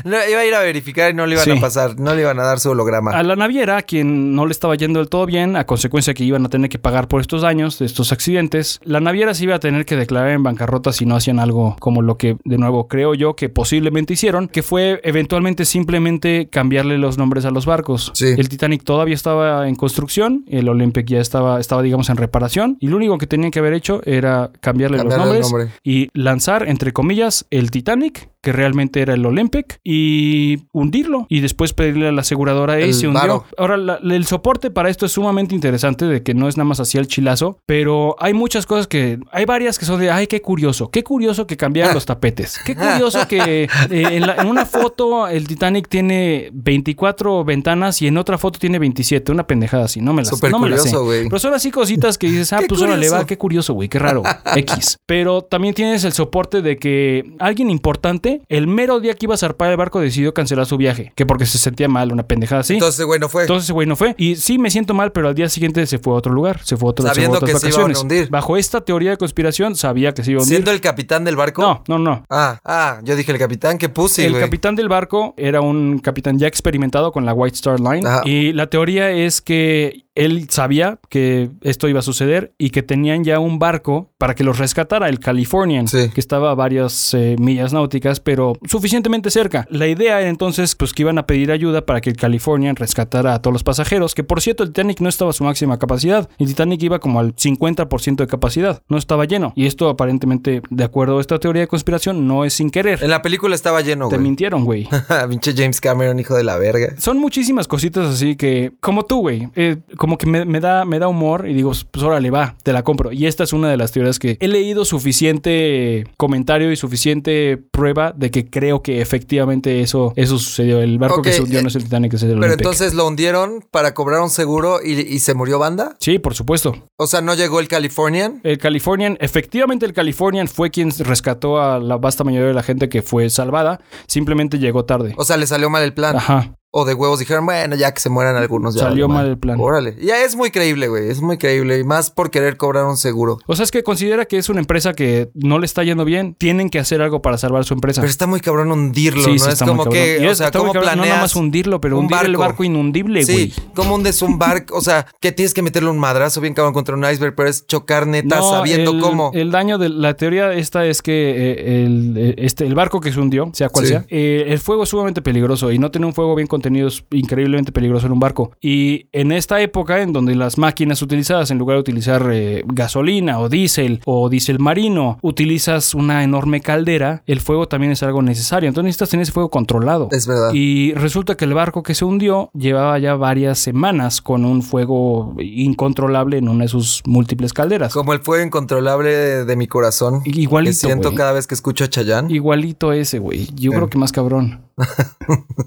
S2: No, iba a ir a verificar y no le iban
S1: Sí. Ah,
S2: a pasar, no le iban a dar su holograma.
S1: A la naviera, quien no le estaba yendo del todo bien, a consecuencia que iban a tener que pagar por estos daños, de estos accidentes, la naviera se iba a tener que declarar en bancarrota si no hacían algo como lo que, de nuevo, creo yo que posiblemente hicieron, que fue eventualmente simplemente cambiarle los nombres a los barcos.
S2: Sí.
S1: El Titanic todavía estaba en construcción, el Olympic ya estaba, estaba digamos, en reparación, y lo único que tenían que haber hecho era cambiarle los
S2: Cambiarle
S1: nombres
S2: el nombre.
S1: y lanzar, entre comillas, el Titanic, que realmente era el Olympic, y hundirlo. Y después pedirle a la aseguradora, "Ey,
S2: El
S1: se hundió".
S2: varo.
S1: Ahora, la- el soporte para esto es sumamente interesante, de que no es nada más así el chilazo, pero hay muchas cosas que, hay varias que son de, ay, qué curioso, qué curioso que cambiaron los tapetes, qué curioso que eh, en, la- en una foto el Titanic tiene 24 ventanas y en otra foto tiene 27, una pendejada así, no me las,
S2: Súper
S1: no me las sé.
S2: curioso, güey.
S1: Pero son así cositas que dices, ah,
S2: Qué
S1: pues órale,
S2: curioso.
S1: va, qué curioso, güey, qué raro, X. Pero también tienes el soporte de que alguien importante, el mero día que iba a zarpar el barco, decidió cancelar su viaje, que porque se sentía mal, una pendejada así. Entonces,
S2: Entonces, güey, no fue.
S1: ese güey no fue. Y sí, me siento mal, pero al día siguiente se fue a otro lugar. Se fue a, otro, se fue a
S2: Sabiendo
S1: otras
S2: que se iban a
S1: vacaciones.
S2: hundir.
S1: Bajo esta teoría de conspiración, sabía que se iba a hundir.
S2: Siendo el capitán del barco.
S1: No, no, no.
S2: Ah, ah, yo dije el capitán que puse,
S1: el
S2: güey.
S1: capitán del barco era un capitán ya experimentado con la White Star Line.
S2: Ajá.
S1: Y la teoría es que él sabía que esto iba a suceder y que tenían ya un barco para que los rescatara, el Californian,
S2: Sí.
S1: que estaba a varias eh, millas náuticas, pero suficientemente cerca. La idea era entonces pues, que iban a pedir ayuda para que el Californian rescatara a todos los pasajeros, que por cierto el Titanic no estaba a su máxima capacidad. El Titanic iba como al 50% de capacidad, no estaba lleno. Y esto aparentemente, de acuerdo a esta teoría de conspiración, no es sin querer.
S2: En la película estaba lleno,
S1: Te
S2: güey.
S1: mintieron, güey.
S2: Pinche James Cameron, hijo de la verga.
S1: Son muchísimas cositas así que, como tú, güey, eh, como que me, me, da, me da humor y digo, pues órale, va, te la compro. Y esta es una de las teorías que he leído suficiente comentario y suficiente prueba de que creo que efectivamente eso, eso sucedió. El barco okay. que se hundió no es el Titanic, es el
S2: eh, Pero Olympic. entonces lo hundieron para cobrar un seguro y, y, se murió banda.
S1: Sí, por supuesto.
S2: O sea, no llegó el Californian.
S1: El Californian, efectivamente el Californian fue quien rescató a la vasta mayoría de la gente que fue salvada. Simplemente llegó tarde.
S2: O sea, le salió mal el plan.
S1: Ajá
S2: o de huevos dijeron, bueno, ya que se mueran algunos. Ya,
S1: Ah. Salió mal el plan.
S2: Órale. Ya es muy creíble, güey. Es muy creíble. Y más por querer cobrar un seguro.
S1: O sea, es que considera que es una empresa que no le está yendo bien. Tienen que hacer algo para salvar su empresa.
S2: Pero está muy cabrón hundirlo, sí, ¿no? Sí, es como que,
S1: y o sea, ¿cómo planeas? No nada más hundirlo, pero un hundir barco. el barco inundible, güey.
S2: Sí, ¿cómo hundes un barco? O sea, que tienes que meterle un madrazo bien cabrón contra un iceberg, pero es chocar neta no, sabiendo
S1: el,
S2: cómo.
S1: El daño de la teoría esta es que el, este, el barco que se hundió, sea cual sí. sea, eh, el fuego es sumamente peligroso y no tener un fuego bien controlado contenidos increíblemente peligrosos en un barco. Y en esta época en donde las máquinas utilizadas, en lugar de utilizar eh, gasolina o diésel o diésel marino, utilizas una enorme caldera, el fuego también es algo necesario. Entonces necesitas tener ese fuego controlado.
S2: Es verdad.
S1: Y resulta que el barco que se hundió llevaba ya varias semanas con un fuego incontrolable en una de sus múltiples calderas.
S2: Como el fuego incontrolable de, de mi corazón.
S1: Igualito. Que
S2: siento
S1: wey.
S2: cada vez que escucho a Chayán.
S1: Igualito ese, güey. Yo eh. creo que más cabrón.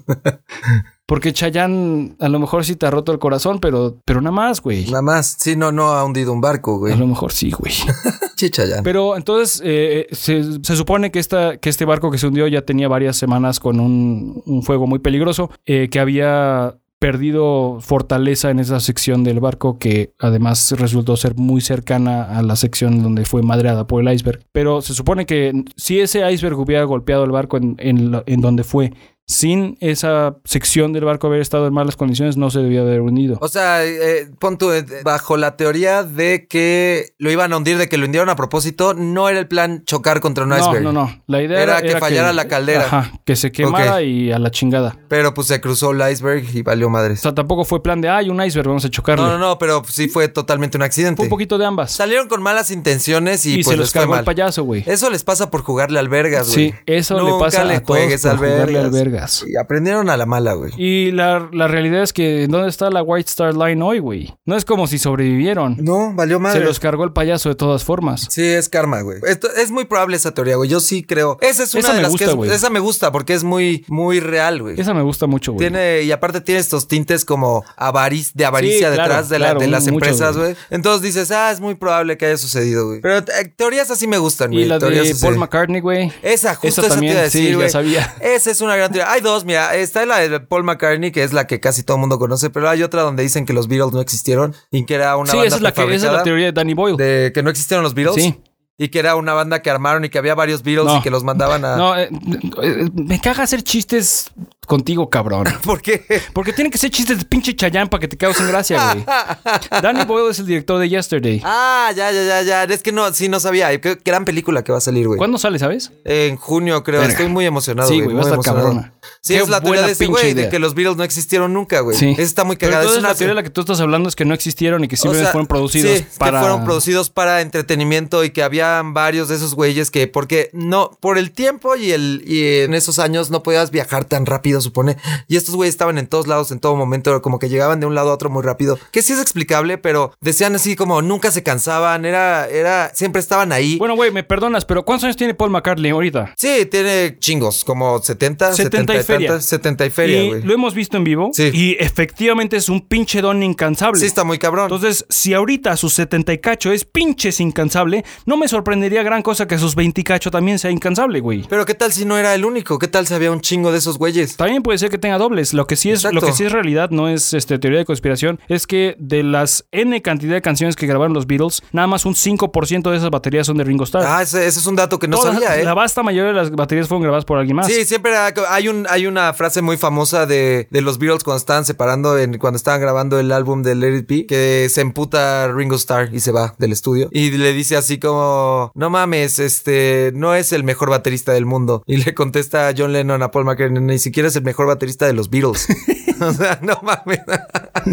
S1: Porque Chayanne a lo mejor sí te ha roto el corazón, pero, pero nada más, güey.
S2: Nada más. Sí, no, no ha hundido un barco, güey.
S1: A lo mejor sí, güey.
S2: sí, Chayanne.
S1: Pero entonces eh, se, se, supone que, esta, que este barco que se hundió ya tenía varias semanas con un, un fuego muy peligroso, eh, que había perdido fortaleza en esa sección del barco que además resultó ser muy cercana a la sección donde fue madreada por el iceberg. Pero se supone que si ese iceberg hubiera golpeado el barco en, en, en donde fue, sin esa sección del barco haber estado en malas condiciones, no se debía haber unido.
S2: O sea, eh, pon tú, eh, bajo la teoría de que lo iban a hundir, de que lo hundieron a propósito, no era el plan chocar contra un
S1: no,
S2: iceberg.
S1: No, no, no. La idea
S2: era, era que era fallara que, la caldera. Ajá,
S1: que se quemara okay. y a la chingada.
S2: Pero pues se cruzó el iceberg y valió madres.
S1: O sea, tampoco fue plan de, ay, un iceberg, vamos a chocarlo.
S2: No, no, no, pero pues, sí fue totalmente un accidente. Fue
S1: un poquito de ambas.
S2: Salieron con malas intenciones y,
S1: y
S2: pues
S1: se los cargó el payaso, güey.
S2: Eso les pasa por jugarle al vergas,
S1: güey. Sí, eso
S2: Nunca
S1: le pasa
S2: le
S1: a todos
S2: al vergas.
S1: vergas.
S2: Y aprendieron a la mala, güey.
S1: Y la, la, realidad es que ¿dónde está la White Star Line hoy, güey? No es como si sobrevivieron.
S2: No, valió madre.
S1: Se los cargó el payaso de todas formas.
S2: Sí, es karma, güey. Esto, es muy probable esa teoría, güey. Yo sí creo. Esa es una esa de las gusta, que es, güey. Esa me gusta porque es muy, muy real, güey.
S1: Esa me gusta mucho, güey.
S2: Tiene, y aparte tiene estos tintes como avariz, de avaricia sí, claro, detrás de, claro, la, de las mucho, empresas, güey. Entonces dices, ah, es muy probable que haya sucedido, güey. Pero eh, teorías así me gustan, güey.
S1: Y la
S2: teorías
S1: de Paul McCartney, güey.
S2: Esa, justo esa, esa
S1: también,
S2: te decir,
S1: sí,
S2: güey.
S1: Ya sabía.
S2: Esa es una gran teoría hay dos, mira, está la de Paul McCartney, que es la que casi todo el mundo conoce, pero hay otra donde dicen que los Beatles no existieron y que era una
S1: sí,
S2: banda
S1: esa es la que, esa es la teoría de Danny Boyle.
S2: De que no existieron los Beatles. Sí. Y que era una banda que armaron y que había varios Beatles no, y que los mandaban a.
S1: No, eh, me caga hacer chistes contigo, cabrón.
S2: ¿Por qué?
S1: Porque tienen que ser chistes de pinche Chayán para que te causen gracia, güey. Danny Boyle es el director de Yesterday.
S2: Ah, ya, ya, ya, ya. Es que no, sí, no sabía. Qué gran película que va a salir, güey.
S1: ¿Cuándo sale, sabes?
S2: En junio, creo. Verga. Estoy muy emocionado,
S1: güey. Sí, güey, va a estar
S2: emocionado.
S1: cabrona.
S2: Sí, qué es la teoría de ese güey, de que los Beatles no existieron nunca, güey. Sí. Esa está muy cagada.
S1: Pero es la teoría de la que tú estás hablando es que no existieron y que simplemente o sea, fueron producidos
S2: sí, para... que fueron producidos para entretenimiento y que habían varios de esos güeyes que... Porque no... Por el tiempo y, el, y en esos años no podías viajar tan rápido, supone. Y estos güeyes estaban en todos lados, en todo momento. Como que llegaban de un lado a otro muy rápido. Que sí es explicable, pero decían así como nunca se cansaban. Era... era siempre estaban ahí.
S1: Bueno, güey, me perdonas, pero ¿cuántos años tiene Paul McCartney ahorita?
S2: Sí, tiene chingos. Como 70, 70, 70 Feria. 70 y feria,
S1: y Lo hemos visto en vivo.
S2: Sí.
S1: Y efectivamente es un pinche don incansable.
S2: Sí, está muy cabrón.
S1: Entonces, si ahorita sus 70 y cacho es pinches incansable, no me sorprendería gran cosa que sus 20 y cacho también sea incansable, güey.
S2: Pero qué tal si no era el único, qué tal si había un chingo de esos güeyes.
S1: También puede ser que tenga dobles. Lo que sí es, Exacto. lo que sí es realidad, no es este, teoría de conspiración, es que de las N cantidad de canciones que grabaron los Beatles, nada más un 5% de esas baterías son de Ringo Starr.
S2: Ah, ese, ese es un dato que no Todas, sabía, ¿eh?
S1: La vasta mayoría de las baterías fueron grabadas por alguien más.
S2: Sí, siempre hay un, hay una frase muy famosa de, de, los Beatles cuando estaban separando, en, cuando estaban grabando el álbum de Let It Be, que se emputa Ringo Starr y se va del estudio. Y le dice así como, no mames, este, no es el mejor baterista del mundo. Y le contesta John Lennon a Paul McCartney, ni siquiera es el mejor baterista de los Beatles. o sea, no mames.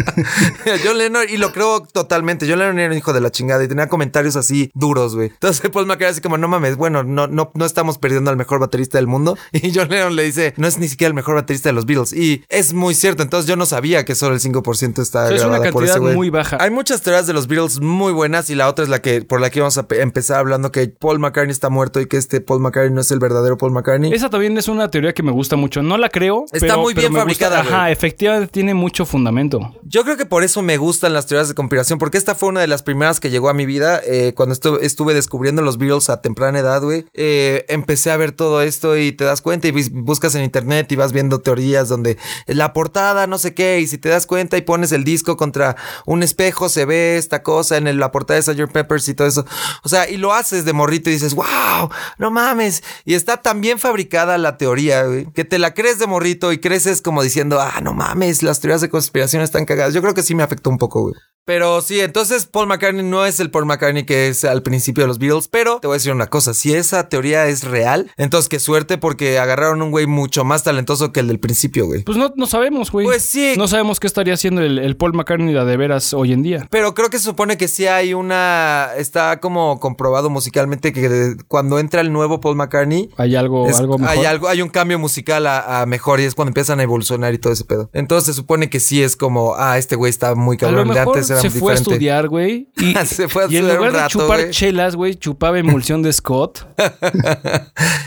S2: John Lennon, y lo creo totalmente. John Lennon era un hijo de la chingada y tenía comentarios así duros, güey. Entonces Paul McCartney así como, no mames, bueno, no, no, no estamos perdiendo al mejor baterista del mundo. Y John Lennon le dice, no es ni siquiera el mejor baterista de los Beatles. Y es muy cierto, entonces yo no sabía que solo el 5% está
S1: O sea, es una
S2: grabada por ese
S1: cantidad
S2: güey.
S1: muy baja.
S2: Hay muchas teorías de los Beatles muy buenas y la otra es la que por la que vamos a pe- empezar hablando que Paul McCartney está muerto y que este Paul McCartney no es el verdadero Paul McCartney.
S1: Esa también es una teoría que me gusta mucho. No la creo.
S2: Está
S1: pero-
S2: muy
S1: pero
S2: bien
S1: me gusta.
S2: fabricada,
S1: Ajá,
S2: güey.
S1: efectivamente tiene mucho fundamento.
S2: Yo creo que por eso me gustan las teorías de conspiración, porque esta fue una de las primeras que llegó a mi vida. eh, cuando estu- estuve descubriendo los Beatles a temprana edad, güey, eh, empecé a ver todo esto y te das cuenta y bis- buscas en internet y vas viendo teorías donde la portada, no sé qué, y si te das cuenta y pones el disco contra un espejo, se ve esta cosa en el- la portada de Sgt. Peppers y todo eso. O sea, y lo haces de morrito y dices, wow, no mames. Y está tan bien fabricada la teoría, güey, que te la crees de morrito y creces como diciendo, ah, no mames, las teorías de conspiración están cagadas. Yo creo que sí me afectó un poco, güey. Pero sí, entonces Paul McCartney no es el Paul McCartney que es al principio de los Beatles, pero te voy a decir una cosa, si esa teoría es real, entonces qué suerte porque agarraron un güey mucho más talentoso que el del principio, güey.
S1: Pues no, no sabemos, güey.
S2: Pues sí.
S1: No sabemos qué estaría haciendo el, el Paul McCartney de veras hoy en día.
S2: Pero creo que se supone que sí hay una. Está como comprobado musicalmente que de- cuando entra el nuevo Paul McCartney.
S1: Hay algo,
S2: es-
S1: algo mejor.
S2: Hay algo, hay un cambio musical a, a mejor y es cuando empiezan a evolucionar y todo ese pedo. Entonces se supone que sí es como, ah, este güey está muy
S1: a lo
S2: cabrón. de
S1: mejor
S2: antes
S1: se
S2: era
S1: fue a
S2: diferente.
S1: estudiar, güey. Y,
S2: se fue a
S1: y en
S2: estudiar
S1: lugar
S2: un
S1: de
S2: rato,
S1: chupar
S2: güey.
S1: chelas, güey, chupaba emulsión de Scott.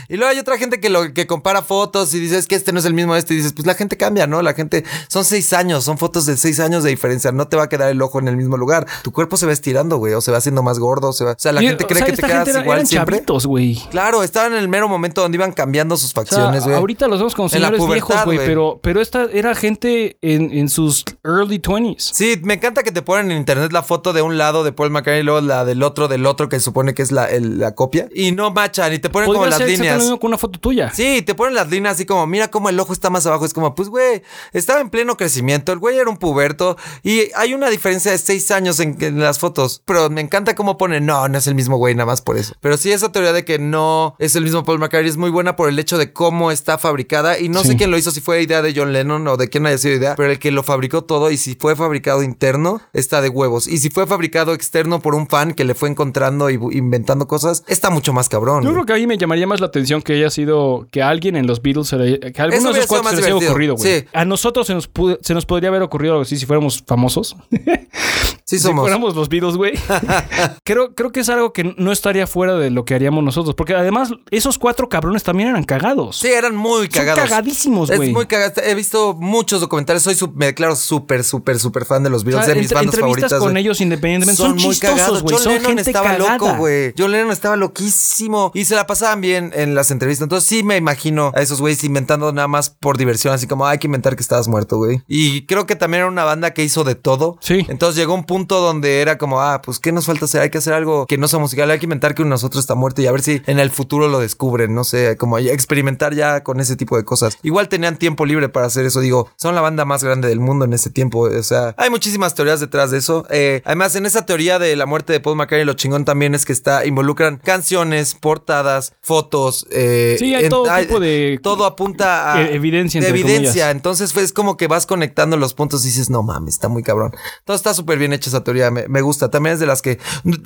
S2: Y luego hay otra gente que lo que compara fotos y dice es que este no es el mismo de este. Y dices, pues la gente cambia, ¿no? La gente son seis años, son fotos de seis años de diferencia. No te va a quedar el ojo en el mismo lugar. Tu cuerpo se va estirando, güey, o se va haciendo más gordo, o se va. O sea, la
S1: Y,
S2: gente
S1: o
S2: cree
S1: sea,
S2: que te
S1: esta
S2: quedas
S1: gente era-
S2: igual
S1: eran
S2: siempre.
S1: chavitos, güey.
S2: Claro, estaban en el mero momento donde iban cambiando sus
S1: O sea,
S2: facciones, güey.
S1: ahorita los vemos como
S2: En la
S1: señores
S2: pubertad,
S1: viejos, güey,
S2: güey.
S1: pero, pero esta era gente en, en sus early 20s.
S2: Sí, me encanta que te ponen en internet la foto de un lado de Paul McCartney y luego la del otro del otro que supone que es la, el- la copia. Y no machan, y te ponen como
S1: Podría
S2: las
S1: ser exactamente lo
S2: líneas.
S1: mismo con una foto tuya.
S2: Sí, te ponen las líneas así como, mira cómo el ojo está más abajo. Es como, pues, güey, estaba en pleno crecimiento. El güey era un puberto. Y hay una diferencia de seis años en, en las fotos. Pero me encanta cómo ponen, no, no es el mismo güey, nada más por eso. Pero sí, esa teoría de que no es el mismo Paul McCartney es muy buena por el hecho de cómo está fabricada. Y no
S1: Sí.
S2: sé quién lo hizo, si fue idea de John Lennon o de quién haya sido idea. Pero el que lo fabricó todo y si fue fabricado interno, está de huevos. Y si fue fabricado externo por un fan que le fue encontrando y bu- inventando cosas, está mucho más cabrón.
S1: Yo
S2: güey.
S1: creo que ahí me llamaría más la atención que haya sido que alguien en los Beatles, se le- que a alguno de
S2: hubiera
S1: esos
S2: sido
S1: cuatro
S2: más
S1: se les haya
S2: divertido,
S1: ocurrido, güey.
S2: sí.
S1: A nosotros se nos, pudo- se nos podría haber ocurrido algo así si fuéramos famosos. Si
S2: Sí, somos.
S1: fuéramos los Beatles, güey. creo, creo que es algo que no estaría fuera de lo que haríamos nosotros. Porque además, esos cuatro cabrones también eran cagados.
S2: Sí, eran muy
S1: Son
S2: cagados.
S1: cagadísimos,
S2: Es
S1: güey.
S2: muy cagado. He visto muchos documentales. Soy, sub- me declaro súper, súper, súper fan de los
S1: O sea,
S2: Beatles. de mis
S1: entre-
S2: bandas
S1: entrevistas
S2: favoritas.
S1: con
S2: güey.
S1: ellos independientemente son, chistosos, güey.
S2: John
S1: Son
S2: Lennon
S1: gente
S2: estaba
S1: cagada.
S2: loco, güey. John Lennon estaba loquísimo. Y se la pasaban bien en las entrevistas. Entonces sí me imagino a esos güeyes inventando nada más por diversión. Así como, "Ah, hay que inventar que estabas muerto, güey. Y creo que también era una banda que hizo de todo.
S1: Sí.
S2: Entonces llegó un punto donde era como, ah, pues ¿qué nos falta hacer? Hay que hacer algo que no sea musical. Hay que inventar que uno de nosotros está muerto y a ver si en el futuro lo descubren. No sé, como ya experimentar ya con ese tipo de cosas. Igual tenían tiempo libre para hacer eso. Digo, son la banda más grande del mundo en ese tiempo. O sea, hay muchísimas teorías detrás de eso. Eh, además, en esa teoría de la muerte de Paul McCartney, lo chingón también es que está involucran canciones, portadas, fotos. eh,
S1: Sí, hay todo tipo de-
S2: Todo apunta a...
S1: Eh, evidencia,
S2: ah, de
S1: entre
S2: evidencia.
S1: comillas.
S2: Entonces fue, es como que vas conectando los puntos y dices, no mames, está muy cabrón. Todo está súper bien hecha esa teoría, me, me gusta. También es de las que...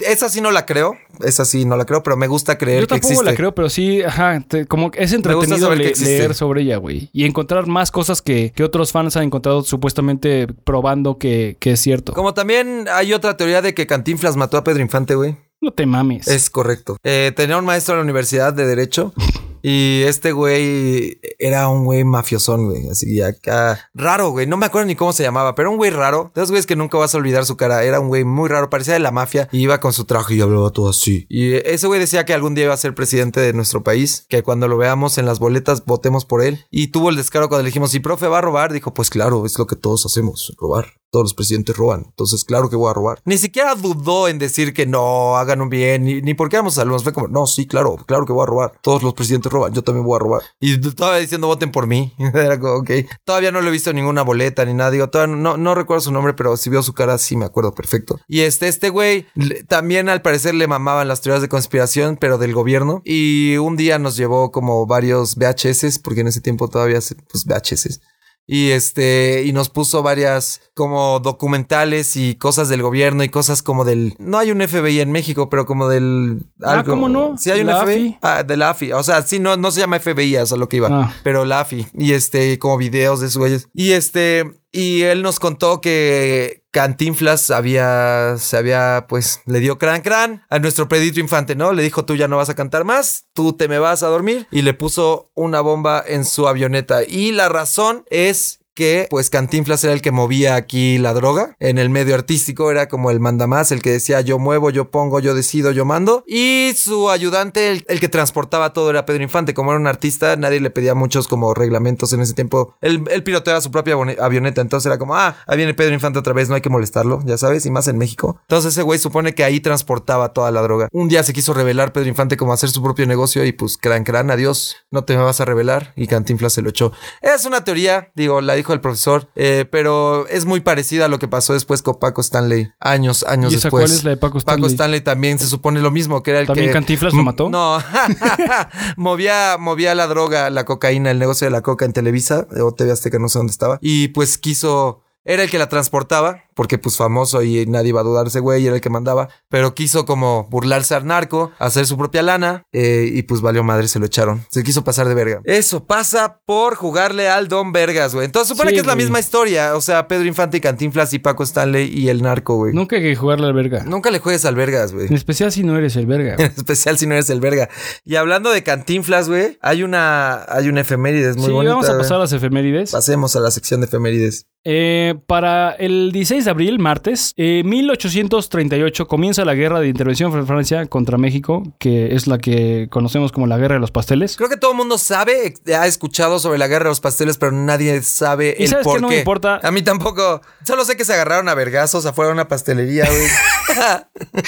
S2: Esa sí no la creo, esa sí no la creo, pero me gusta creer
S1: Yo
S2: que
S1: tampoco
S2: existe.
S1: la creo, pero sí, ajá, te- como que es entretenido
S2: saber que
S1: le-
S2: existe.
S1: leer sobre ella, güey. Y encontrar más cosas que, que otros fans han encontrado supuestamente probando que, que es cierto.
S2: Como también hay otra teoría de que Cantinflas mató a Pedro Infante, güey.
S1: No te mames.
S2: Es correcto. Eh, tenía un maestro en la universidad de Derecho y este güey era un güey mafiosón, güey. Así acá. Raro, güey. No me acuerdo ni cómo se llamaba, pero un güey raro. De esos güeyes que nunca vas a olvidar su cara. Era un güey muy raro. Parecía de la mafia y iba con su traje y hablaba todo así. Y eh, ese güey decía que algún día iba a ser presidente de nuestro país, que cuando lo veamos en las boletas votemos por él. Y tuvo el descaro cuando le dijimos, ¿y profe va a robar? Dijo, pues claro, es lo que todos hacemos, robar. Todos los presidentes roban, entonces claro que voy a robar. Ni siquiera dudó en decir que no, hagan un bien, ni, ni porque éramos alumnos. Fue como, no, sí, claro, claro que voy a robar. Todos los presidentes roban, yo también voy a robar. Y estaba diciendo, voten por mí. Era como, ok. Todavía no lo he visto en ninguna boleta ni nada. Digo, todavía no, no recuerdo su nombre, pero si veo su cara, sí me acuerdo perfecto. Y este, este güey, le- también al parecer le mamaban las teorías de conspiración, pero del gobierno. Y un día nos llevó como varios VHS, porque en ese tiempo todavía, se- pues VHS y este y nos puso varias como documentales y cosas del gobierno y cosas como del no hay un FBI en México, pero como del
S1: Ah, ¿cómo no?
S2: Sí hay un
S1: La
S2: FBI
S1: AFI.
S2: Ah, de la AFI, o sea, sí no no se llama FBI, o sea, lo que iba,
S1: Ah.
S2: pero la AFI y este como videos de sus güeyes. Y este y él nos contó que Cantinflas había se había pues le dio cran cran a nuestro predito infante, ¿no? Le dijo, "Tú ya no vas a cantar más, tú te me vas a dormir" y le puso una bomba en su avioneta y la razón es que pues Cantinflas era el que movía aquí la droga en el medio artístico, era como el mandamás, el que decía yo muevo, yo pongo, yo decido, yo mando y su ayudante, el, el que transportaba todo era Pedro Infante, como era un artista, nadie le pedía muchos como reglamentos en ese tiempo, él, él piloteaba su propia abone- avioneta, entonces era como, ah, ahí viene Pedro Infante otra vez, no hay que molestarlo, ya sabes, y más en México. Entonces ese güey supone que ahí transportaba toda la droga. Un día se quiso revelar Pedro Infante como hacer su propio negocio y pues cran cran, adiós, no te me vas a revelar y Cantinflas se lo echó. Es una teoría, digo, la dijo el profesor, eh, pero es muy parecida a lo que pasó después con Paco Stanley, años, años
S1: ¿Y esa
S2: después.
S1: cuál es la de Paco Stanley?
S2: Paco Stanley también se supone lo mismo, que era el
S1: ¿También
S2: que...
S1: Cantinflas lo
S2: Mm,
S1: mató?
S2: No, movía, movía la droga, la cocaína, el negocio de la coca en Televisa, o TV Azteca, no sé dónde estaba. Y pues quiso, era el que la transportaba, porque pues famoso y nadie iba a dudar ese güey, era el que mandaba. Pero quiso como burlarse al narco, hacer su propia lana, eh, y pues valió madre, se lo echaron. Se quiso pasar de verga. Eso pasa por jugarle al Don Vergas, güey. Entonces supone
S1: Sí,
S2: que es la
S1: güey.
S2: misma historia, o sea, Pedro Infante y Cantinflas y Paco Stanley y el narco, güey.
S1: Nunca hay que jugarle al verga.
S2: Nunca le juegues al Vergas, güey.
S1: En especial si no eres el verga.
S2: En
S1: güey.
S2: especial si no eres el verga. Y hablando de cantinflas, güey, hay una, hay una efemérides muy
S1: sí,
S2: bonita. ¿eh?
S1: vamos a
S2: güey.
S1: pasar a las efemérides.
S2: Pasemos a la sección de efemérides.
S1: Eh, para el 16 de abril, martes, eh, 1838, comienza la guerra de intervención de Francia contra México, que es la que conocemos como la guerra de los pasteles.
S2: Creo que todo el mundo sabe, eh, ha escuchado sobre la guerra de los pasteles, pero nadie sabe
S1: ¿Y
S2: el
S1: sabes qué?
S2: por
S1: No me
S2: qué.
S1: importa.
S2: A mí tampoco. Solo sé que se agarraron a vergazos afuera de una pastelería, güey.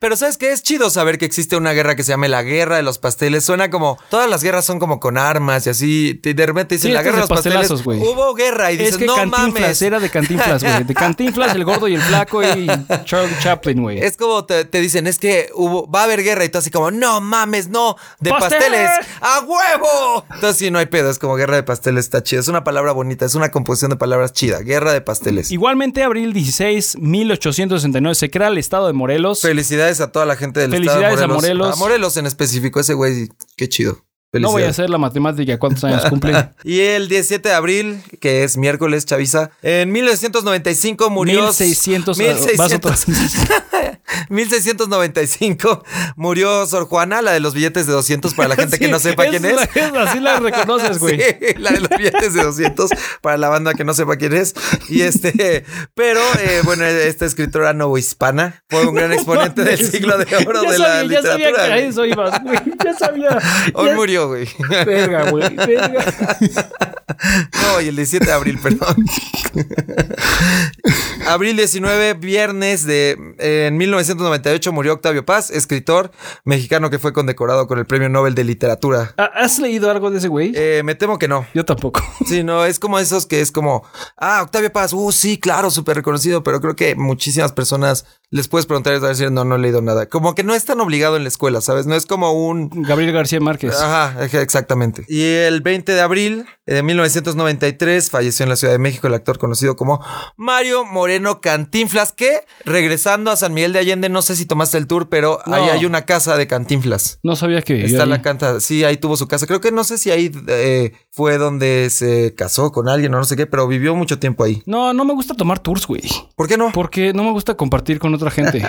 S2: Pero ¿sabes qué? Es chido saber que existe una guerra que se llame la guerra de los pasteles. Suena como... Todas las guerras son como con armas y así. Y de repente dicen
S1: Sí,
S2: la
S1: este es
S2: guerra de
S1: de
S2: los pasteles.
S1: pastelazos, güey.
S2: Hubo guerra y dices,
S1: es que
S2: no
S1: Cantinflas
S2: mames.
S1: era de Cantinflas, güey. De Cantinflas, el gordo y el flaco y Charlie Chaplin, güey.
S2: Es como te, te dicen, es que hubo, va a haber guerra y tú así como, no mames, no, de
S1: ¡Pastel!
S2: pasteles, a huevo. Entonces sí, no hay pedo, es como guerra de pasteles, está chido. Es una palabra bonita, es una composición de palabras chida, guerra de pasteles.
S1: Igualmente, abril 16, 1869, se crea el estado de Morelos.
S2: Felicidades a toda la gente del
S1: Felicidades
S2: estado de
S1: a
S2: Morelos.
S1: Morelos.
S2: A Morelos en específico, ese güey, qué chido.
S1: no voy a
S2: Felicidades.
S1: hacer la matemática, cuántos años cumple.
S2: y el 17 de abril, que es miércoles, Chaviza, en 1995 murió...
S1: 1600.
S2: 1600.
S1: Vas otra vez.
S2: 1695 murió Sor Juana, la de los billetes de 200 para la gente que no
S1: Sí,
S2: sepa quién es.
S1: la- así la reconoces, güey.
S2: Sí, la de los billetes de 200 para la banda que no sepa quién es. Y este, pero eh, bueno, esta escritora novohispana fue un gran exponente del siglo de oro
S1: ya
S2: de la
S1: sabía, ya sabía
S2: literatura.
S1: que a
S2: güey.
S1: eso ibas, güey. Ya sabía.
S2: Hoy
S1: Ya-
S2: murió, güey.
S1: Verga, güey. Verga.
S2: No, y el 17 de abril, perdón. abril 19, viernes de en 1998 murió Octavio Paz, escritor mexicano que fue condecorado con el Premio Nobel de Literatura.
S1: Ah, ¿Has leído algo de ese güey?
S2: Eh, me temo que no.
S1: Yo tampoco.
S2: Sí, no, es como esos que es como, ah, Octavio Paz, uh, sí, claro, súper reconocido, pero creo que muchísimas personas les puedes preguntar y te van a decir, no, no he leído nada. Como que no es tan obligado en la escuela, ¿sabes? No es como un...
S1: Gabriel García Márquez.
S2: Ajá, eje- exactamente. Y el 20 de abril de 1993 falleció en la Ciudad de México el actor conocido como Mario Moreno Cantinflas, que regresando a San Miguel de Allende, no sé si tomaste el tour, pero
S1: No.
S2: ahí hay una casa de Cantinflas.
S1: No sabía que vivía
S2: Está
S1: ahí.
S2: la canta, sí, ahí tuvo su casa. Creo que no sé si ahí eh, fue donde se casó con alguien o no sé qué, pero vivió mucho tiempo ahí.
S1: No, no me gusta tomar tours, güey.
S2: ¿Por qué no?
S1: Porque no me gusta compartir con otra gente.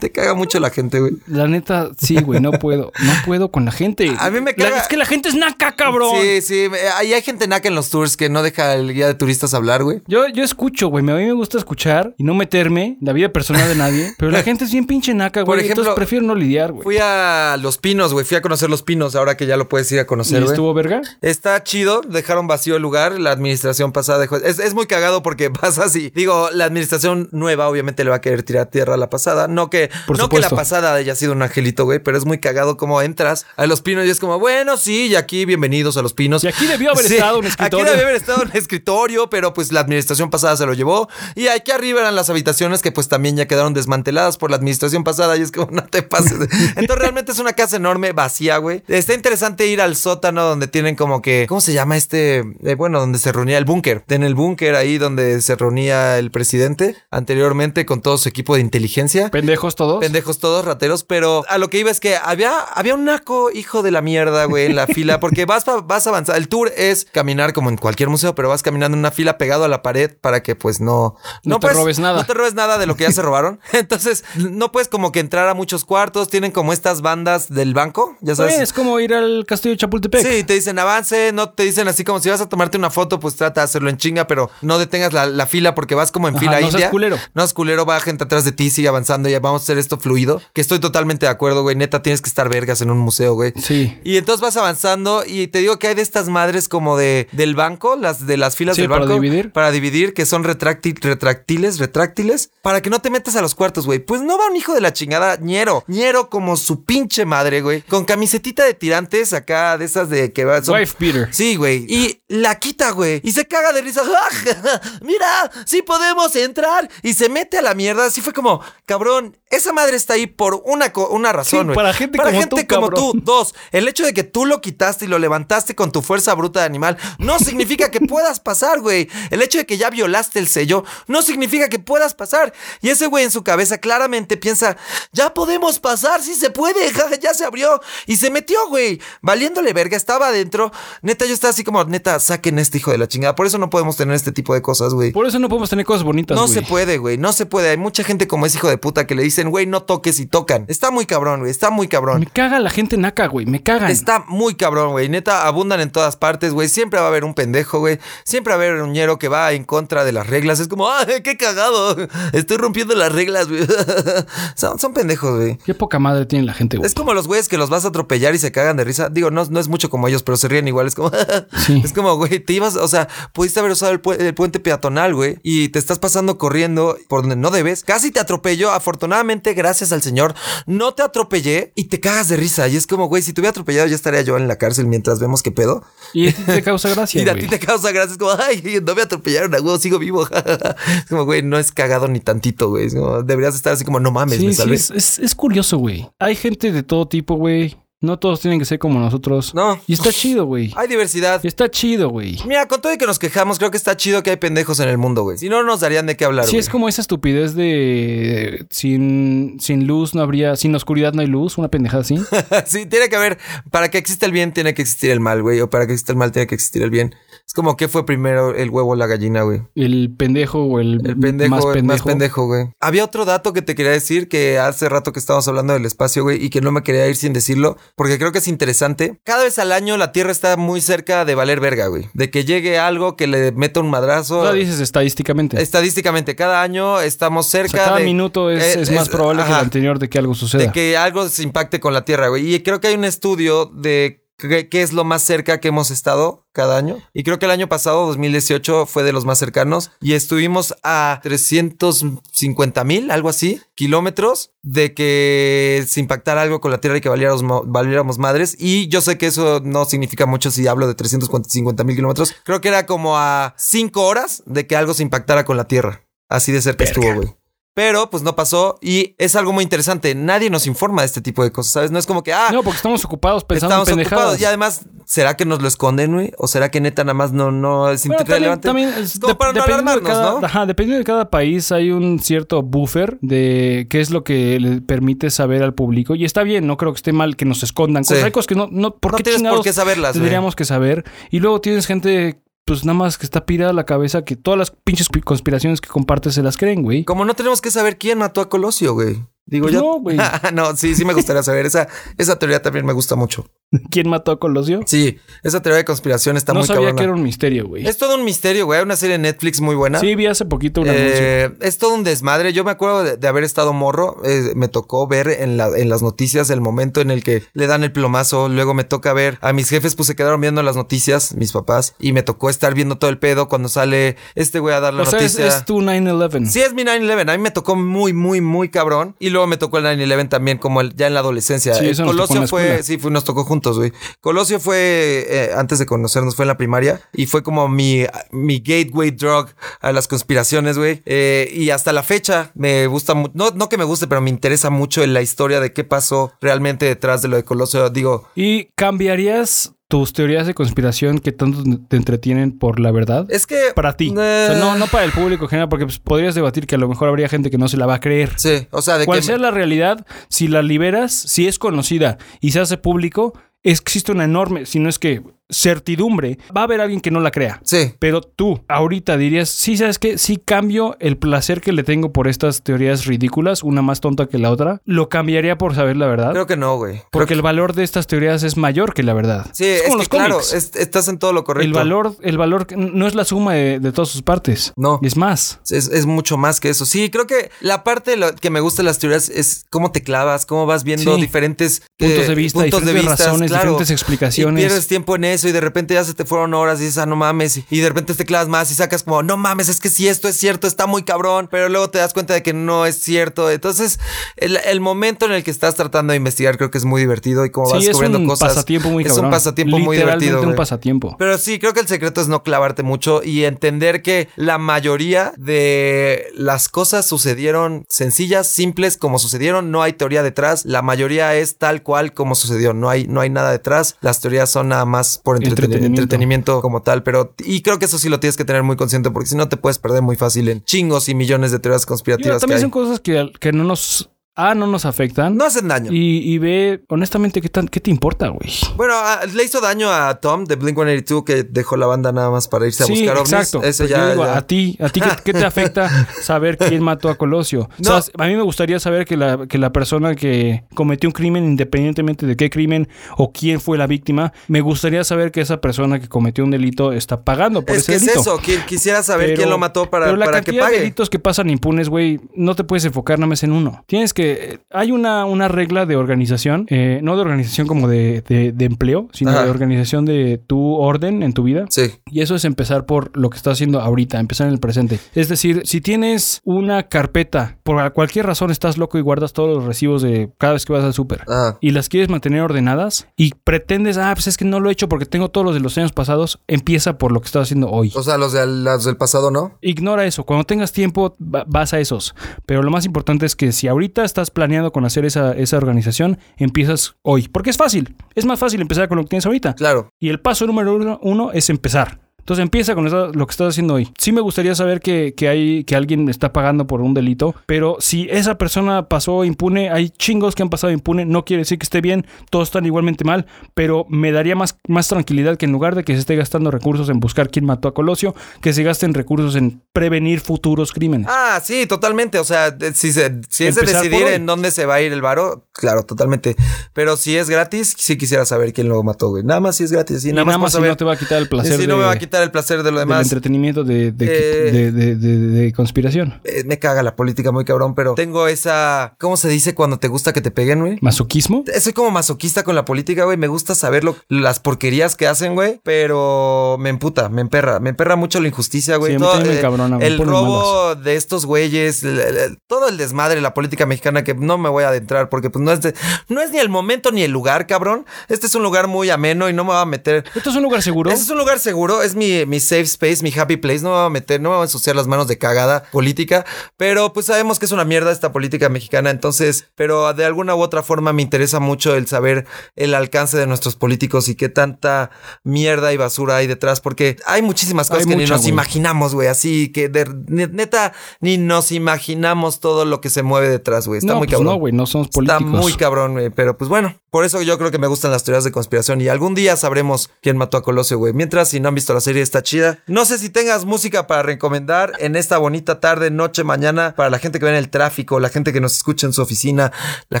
S2: Te caga mucho la gente, güey.
S1: La neta, sí, güey, no puedo. No puedo con la gente.
S2: A mí me
S1: La-
S2: caga-
S1: es que la gente es naca, cabrón.
S2: Sí, sí, me- ahí hay gente naca en los tours que no deja al guía de turistas hablar, güey.
S1: Yo, yo escucho, güey. me- A mí me gusta escuchar y no meterme en la vida personal de nadie. Pero la gente es bien pinche naca,
S2: Por
S1: güey.
S2: ejemplo,
S1: entonces prefiero no lidiar, güey.
S2: Fui a Los Pinos, güey. Fui a conocer Los Pinos, ahora que ya lo puedes ir a
S1: ¿Y
S2: conocer, güey.
S1: estuvo verga?
S2: Está chido, dejaron vacío el lugar, la administración pasada dejó... Es, es muy cagado porque pasa así. Digo, la administración nueva obviamente le va a querer tirar tierra a la pasada. No que,
S1: Por
S2: no
S1: supuesto.
S2: que la pasada haya sido un angelito, güey, pero es muy cagado como entras a Los Pinos y es como, bueno, sí, y aquí bienvenidos a Los Pinos.
S1: Y aquí debió haber estado un escritorio.
S2: Aquí debió haber estado un escritorio, pero pues la administración pasada se lo llevó. Y aquí arriba eran las habitaciones que pues también ya quedaron desmanteladas por la administración pasada y es como, no te pases. Entonces realmente es una casa enorme, vacía, güey. Está interesante ir al sótano donde tienen como que, ¿cómo se llama este? Eh, bueno, donde se reunía el búnker. En el búnker ahí donde se reunía el presidente anteriormente con todo su equipo de inteligencia.
S1: ¿Pendejos todos?
S2: Pendejos todos, rateros, pero a lo que iba es que había, había un naco hijo de la mierda, güey, en la fila, porque vas, pa- vas avanzando. El tour es caminar como en cualquier museo, pero vas caminando en una fila pegado a la pared para que pues no...
S1: No te
S2: puedes-
S1: robes nada.
S2: No te robes nada de lo que ya se robaron. Entonces, no puedes como que entrar a muchos cuartos, tienen como estas bandas del banco, ya
S1: Está
S2: sabes.
S1: bien, Pues, es como ir al castillo de Chapultepec.
S2: Sí, te dicen avance, no te dicen así como si vas a tomarte una foto, pues trata de hacerlo en chinga, pero no detengas la, la fila porque vas como en
S1: Ajá,
S2: fila
S1: no seas
S2: india.
S1: culero.
S2: No es culero, va gente atrás de ti, sigue avanzando, ya vamos a hacer esto fluido. Que estoy totalmente de acuerdo, güey. Neta, tienes que estar vergas en un museo, güey.
S1: Sí.
S2: Y entonces vas avanzando y te digo que hay de estas madres como de del banco, las de las filas
S1: Sí,
S2: del
S1: para
S2: banco.
S1: dividir.
S2: Para dividir, que son retráctil- retractiles, retráctiles, para que no te metas a los cuartos, güey. Pues no va un hijo de la chingada, ñero, ñero como su pinche madre, güey. Con camisetita de tirantes acá, de esas de que va. son-
S1: Wife Peter.
S2: Sí, güey. Y la quita, güey. Y se caga de risa. Mira, sí podemos entrar. Y se mete a la mierda. Así fue como, cabrón, esa madre está ahí por una, co- una razón, güey.
S1: para gente
S2: para
S1: como
S2: gente
S1: tú,
S2: como
S1: cabrón.
S2: tú. Dos, el hecho de que tú lo quitaste y lo levantaste con tu fuerza bruta de animal no significa que puedas pasar, güey. El hecho de que ya violaste el sello no significa que puedas pasar. Y ese güey en su cabeza claramente piensa, ya podemos pasar, sí se puede, ja, ya se abrió. Y se metió, güey. Valiéndole verga, estaba adentro. Neta, yo estaba así como, neta, saquen a este hijo de la chingada. Por eso no podemos tener este tipo de cosas, güey.
S1: Por eso no podemos tener cosas bonitas,
S2: No
S1: güey.
S2: se puede, güey. No se puede. Hay mucha gente como ese hijo de puta que le dicen, güey, no toques y tocan. Está muy cabrón, güey. Está muy cabrón.
S1: Me caga la gente naca, güey. Me cagan.
S2: Está muy cabrón, güey. Neta, abundan en todas partes, güey. Siempre va a haber un pendejo, güey. Siempre va a haber un ñero que va en contra de las reglas. Es como, ¡ay, qué cagado! Estoy rompiendo las reglas, güey. Son, son pendejos, güey.
S1: Qué poca madre tiene la gente, güey.
S2: Es como los güeyes que los vas a atropellar y se cagan de risa. Digo, no, no es mucho como ellos, pero se ríen igual. Es como,
S1: Sí.
S2: es como, güey, te ibas, o sea, pudiste haber usado el, pu- el puente peatonal, güey, y te estás pasando corriendo por donde no debes. Casi te atropello. Afortunadamente, gracias al Señor, no te atropellé y te cagas de risa. Y es como, güey, si te hubiera atropellado, ya estaría yo en la cárcel mientras vemos qué pedo.
S1: Y a ti te causa gracia,
S2: y a ti
S1: güey.
S2: te causa gracias, como, ay, no me atropellaron a huevo, sigo vivo. es como, güey, no es cagado ni tantito, güey. Es como, deberías estar así como, no mames,
S1: Sí,
S2: me
S1: sí,
S2: salvé.
S1: es, es- es curioso, güey. Hay gente de todo tipo, güey. No todos tienen que ser como nosotros.
S2: No. Ah.
S1: Y está chido, güey.
S2: Hay diversidad.
S1: Y está chido, güey.
S2: Mira, con todo y que nos quejamos, creo que está chido que hay pendejos en el mundo, güey. Si no, nos darían de qué hablar,
S1: Sí,
S2: güey.
S1: es como esa estupidez de eh, sin, sin luz no habría, sin oscuridad no hay luz, una pendejada así.
S2: sí, tiene que haber. Para que exista el bien, tiene que existir el mal, güey. O para que exista el mal, tiene que existir el bien. Es como que fue primero el huevo o la gallina, güey.
S1: El pendejo o el,
S2: El pendejo,
S1: Mm, más
S2: güey,
S1: pendejo.
S2: más pendejo, güey. Había otro dato que te quería decir que hace rato que estábamos hablando del espacio, güey, y que no me quería ir sin decirlo, porque creo que es interesante. Cada vez al año la Tierra está muy cerca de valer verga, güey. De que llegue algo que le meta un madrazo.
S1: O sea, dices estadísticamente.
S2: Estadísticamente, cada año estamos
S1: O
S2: cerca
S1: sea, cada
S2: de-
S1: minuto es,
S2: eh,
S1: es más
S2: es-
S1: probable que el
S2: ajá.
S1: anterior de que algo suceda.
S2: De que algo se impacte con la Tierra, güey. Y creo que hay un estudio de qué qué es lo más cerca que hemos estado cada año. Y creo que el año pasado, 2018, fue de los más cercanos. Y estuvimos a 350 mil, algo así, kilómetros de que se impactara algo con la Tierra y que valiéramos, ma- valiéramos madres. Y yo sé que eso no significa mucho si hablo de 350 mil kilómetros. Creo que era como a 5 horas de que algo se impactara con la Tierra. Así de cerca estuvo, güey. Pero pues no pasó y es algo muy interesante. Nadie nos informa de este tipo de cosas, ¿sabes? No es como que, ah,
S1: No, porque estamos ocupados pensando
S2: estamos
S1: en pendejadas.
S2: ocupados. Y además, ¿será que nos lo esconden, güey? ¿O será que neta nada más no, no es
S1: Bueno, también,
S2: relevante?
S1: también es
S2: Como
S1: de-
S2: para no
S1: dependiendo de
S2: alarmarnos,
S1: cada-
S2: ¿no?
S1: ajá, dependiendo de cada país hay un cierto buffer de qué es lo que le permite saber al público. Y está bien, no creo que esté mal que nos escondan
S2: Sí.
S1: cosas. Hay cosas que no, no, ¿por
S2: no
S1: qué
S2: tienes por
S1: chingados
S2: qué saberlas, güey.
S1: tendríamos que saber? Y luego tienes gente, pues nada más que está pirada la cabeza que todas las pinches pi- conspiraciones que compartes se las creen, güey.
S2: Como no tenemos que saber quién mató a Colosio, güey. Digo
S1: Pues
S2: yo.
S1: no, güey.
S2: no, sí, sí me gustaría saber. Esa, esa teoría también me gusta mucho.
S1: ¿Quién mató a Colosio?
S2: Sí, esa teoría de conspiración está
S1: no
S2: muy
S1: sabía
S2: cabrona.
S1: que era un misterio, güey.
S2: Es todo un misterio, güey. Hay Una serie de Netflix muy buena.
S1: Sí, vi hace poquito una
S2: Eh, es todo un desmadre. Yo me acuerdo de, de haber estado morro. eh, me tocó ver en, la- en las noticias el momento en el que le dan el plomazo. Luego me toca ver a mis jefes, pues se quedaron viendo las noticias, mis papás. Y me tocó estar viendo todo el pedo cuando sale este güey a dar la
S1: O sea, es,
S2: noticia.
S1: es tu 9-11.
S2: Sí, es mi 9-11. A mí me tocó muy, muy, muy cabrón. Y luego me tocó el 9-11 también, como el, ya en la adolescencia.
S1: Sí,
S2: Eh,
S1: eso nos tocó en
S2: Colosio
S1: la
S2: fue,
S1: escuela.
S2: sí, fue- nos tocó juntos, güey. Colosio fue, eh, antes de conocernos, fue en la primaria y fue como mi, mi gateway drug a las conspiraciones, güey. Eh, y hasta la fecha me gusta, mu- no, no que me guste, pero me interesa mucho la historia de qué pasó realmente detrás de lo de Colosio. Digo,
S1: ¿Y cambiarías tus teorías de conspiración que tanto te entretienen por la verdad?
S2: es que...
S1: para ti.
S2: Eh,
S1: O sea, no, no para el público en general, porque pues, podrías debatir que a lo mejor habría gente que no se la va a creer.
S2: Sí, o sea, de
S1: Cual
S2: que...
S1: sea la realidad, si la liberas, si es conocida y se hace público, es- existe una enorme, si no es que certidumbre, va a haber alguien que no la crea.
S2: Sí,
S1: Pero tú ahorita dirías, sí, ¿sabes qué? Sí cambio el placer que le tengo por estas teorías ridículas, una más tonta que la otra, lo cambiaría por saber la verdad.
S2: creo que no, güey. Creo
S1: porque el valor de estas teorías es mayor que la verdad.
S2: Sí, es,
S1: como
S2: que
S1: los
S2: claro,
S1: cómics.
S2: es- estás en todo lo correcto.
S1: el valor, el valor que- no es la suma de, de todas sus partes.
S2: No.
S1: Es más.
S2: Es, es mucho más que eso. Sí, creo que la parte de lo que me gusta de las teorías es cómo te clavas, cómo vas viendo
S1: Sí.
S2: diferentes
S1: Puntos
S2: eh,
S1: de vista,
S2: puntos de
S1: diferentes
S2: vistas,
S1: razones, diferentes
S2: claro. Y pierdes
S1: explicaciones.
S2: tiempo en eso y de repente ya se te fueron horas y dices, ah, no mames. Y de repente te clavas más y sacas como, no mames, es que si esto es cierto, está muy cabrón. Pero luego te das cuenta de que no es cierto. Entonces, el, el momento en el que estás tratando de investigar creo que es muy divertido y cómo vas
S1: Sí, es
S2: descubriendo
S1: un
S2: cosas.
S1: pasatiempo muy
S2: Es
S1: cabrón.
S2: un pasatiempo muy
S1: Literalmente
S2: divertido.
S1: un
S2: güey.
S1: pasatiempo.
S2: Pero sí, creo que el secreto es no clavarte mucho y entender que la mayoría de las cosas sucedieron sencillas, simples, como sucedieron. No hay teoría detrás. La mayoría es tal cual como sucedió. No hay, no hay nada detrás. Las teorías son nada más por entreten- entretenimiento.
S1: Entretenimiento.
S2: como tal. Pero, y creo que eso sí lo tienes que tener muy consciente porque si no te puedes perder muy fácil en chingos y millones de teorías
S1: Y
S2: conspirativas.
S1: ahora
S2: que
S1: también
S2: hay.
S1: son cosas que, al- que no nos... A, no nos afectan.
S2: No hacen daño.
S1: Y, y ve, honestamente, ¿qué, tan, ¿qué te importa, güey?
S2: Bueno, a- le hizo daño a Tom de Blink 182 que dejó la banda nada más para irse a buscar ovnis.
S1: exacto.
S2: Eso
S1: Pero
S2: ya-
S1: yo digo,
S2: ya-
S1: A ti, a ti ¿qué, qué te afecta saber quién mató a Colosio?
S2: No.
S1: O sea, a mí me gustaría saber que la, que la persona que cometió un crimen, independientemente de qué crimen o quién fue la víctima, me gustaría saber que esa persona que cometió un delito está pagando por
S2: Es
S1: ese
S2: que es
S1: delito.
S2: eso, qui- quisiera saber
S1: Pero-
S2: quién lo mató para,
S1: pero la
S2: para que
S1: cantidad de
S2: pague.
S1: delitos que pasan impunes, güey, no te puedes enfocar nada más en uno. Tienes que... eh, Hay una, una regla de organización, eh, no de organización como de, de- de empleo, sino
S2: Ajá.
S1: de organización de tu orden en tu vida.
S2: Sí,
S1: Y eso es empezar por lo que estás haciendo ahorita, empezar en el presente. Es decir, si tienes una carpeta, por cualquier razón estás loco y guardas todos los recibos de cada vez que vas al súper.
S2: ah,
S1: Y las quieres mantener ordenadas y pretendes, ah, pues es que no lo he hecho porque tengo todos los de los años pasados, empieza por lo que estás haciendo hoy.
S2: o sea, los, de, los del pasado, ¿no?
S1: Ignora eso. Cuando tengas tiempo, va- vas a esos. Pero lo más importante es que si ahorita estás planeando con hacer esa, esa organización, empiezas hoy. Porque es fácil. Es más fácil empezar con lo que tienes ahorita.
S2: Claro.
S1: Y el paso número uno, uno es empezar. Entonces empieza con esa- lo que estás haciendo hoy. Sí me gustaría saber que, que hay, que alguien está pagando por un delito, pero si esa persona pasó impune, hay chingos que han pasado impune, no quiere decir que esté bien, todos están igualmente mal, pero me daría más, más tranquilidad que en lugar de que se esté gastando recursos en buscar quién mató a Colosio, que se gasten recursos en prevenir futuros crímenes.
S2: Ah, sí, totalmente. O sea, de- si, se, si es de
S1: Empezar por
S2: decidir
S1: hoy.
S2: en dónde se va a ir el varo, claro, totalmente. Pero si es gratis, sí quisiera saber quién lo mató, güey. Nada más si es gratis. Y
S1: y
S2: nada, más, por
S1: si
S2: saber.
S1: no te va a quitar el
S2: Y
S1: placer
S2: si
S1: de-
S2: no me va a quitar el placer de lo
S1: del
S2: demás.
S1: entretenimiento de, de-
S2: Eh.
S1: de- de- de- de conspiración.
S2: Eh, me caga la política muy cabrón, pero tengo esa... ¿Cómo se dice cuando te gusta que te peguen, güey?
S1: ¿Masoquismo?
S2: Soy como masoquista con la política, güey. Me gusta saber lo- las porquerías que hacen, güey. Pero me emputa, me emperra. Me emperra mucho la injusticia, güey.
S1: Sí, a mí
S2: Todo,
S1: también me
S2: eh,
S1: encabrona, me
S2: el
S1: pone
S2: robo de estos güeyes, el- el- el- todo el desmadre de la política mexicana que no me voy a adentrar porque pues no es, de- no es ni el momento ni el lugar, cabrón. Este es un lugar muy ameno y no me va a meter.
S1: ¿Esto es un lugar seguro?
S2: Este es un lugar seguro, es mi, mi safe space, mi happy place. No me voy a meter, no me voy a ensuciar las manos de cagada política, pero pues sabemos que es una mierda esta política mexicana. Entonces, pero ah, de alguna u otra forma me interesa mucho el saber el alcance de nuestros políticos y qué tanta mierda y basura hay detrás, porque hay muchísimas cosas
S1: Hay
S2: que ni
S1: mucha,
S2: nos
S1: güey.
S2: imaginamos, güey. Así que de, ne- neta, ni nos imaginamos todo lo que se mueve detrás, güey. Está
S1: no,
S2: muy
S1: pues
S2: cabrón.
S1: no, güey, no somos políticos.
S2: Está muy cabrón, güey. Pero pues bueno, por eso yo creo que me gustan las teorías de conspiración y algún día sabremos quién mató a Colosio, güey. Mientras, si no han visto la serie, está chida. No sé si tengas música para recomendar en esta bonita tarde, noche, mañana, para la gente que ve en el tráfico, la gente que nos escucha en su oficina, la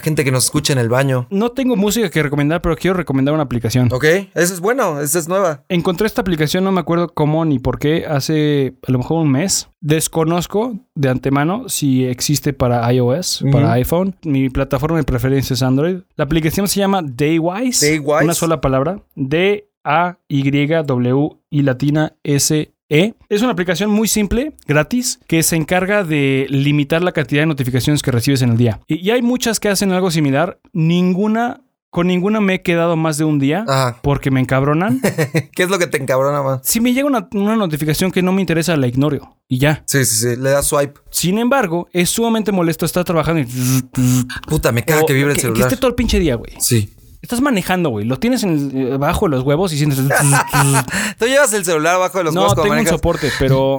S2: gente que nos escucha en el baño.
S1: No tengo música que recomendar, pero quiero recomendar una aplicación.
S2: Ok, eso es bueno, esa es nueva.
S1: Encontré esta aplicación, no me acuerdo cómo ni por qué, hace a lo mejor un mes. Desconozco de antemano si existe para iOS,
S2: Ujú.
S1: para iPhone. Mi plataforma de preferencia es Android. La aplicación se llama Daywise.
S2: Daywise.
S1: Una sola palabra. D-A-Y-W y latina S. E. Es una aplicación muy simple, gratis, que se encarga de limitar la cantidad de notificaciones que recibes en el día. Y, y hay muchas que hacen algo similar. Ninguna, con ninguna me he quedado más de un día
S2: Ajá.
S1: porque me encabronan.
S2: ¿Qué es lo que te encabrona más?
S1: si me llega una, una notificación que no me interesa, la ignoro y ya.
S2: Sí, sí, sí. Le das swipe.
S1: Sin embargo, es sumamente molesto estar trabajando y...
S2: Puta, me caga
S1: o
S2: que vibre el celular.
S1: esté todo el pinche día, güey.
S2: Sí.
S1: Estás manejando, güey. Lo tienes en el- eh, bajo los huevos y sientes...
S2: Tú llevas el celular abajo de los
S1: no,
S2: huevos
S1: tengo
S2: cuando
S1: un
S2: manejas.
S1: soporte, pero...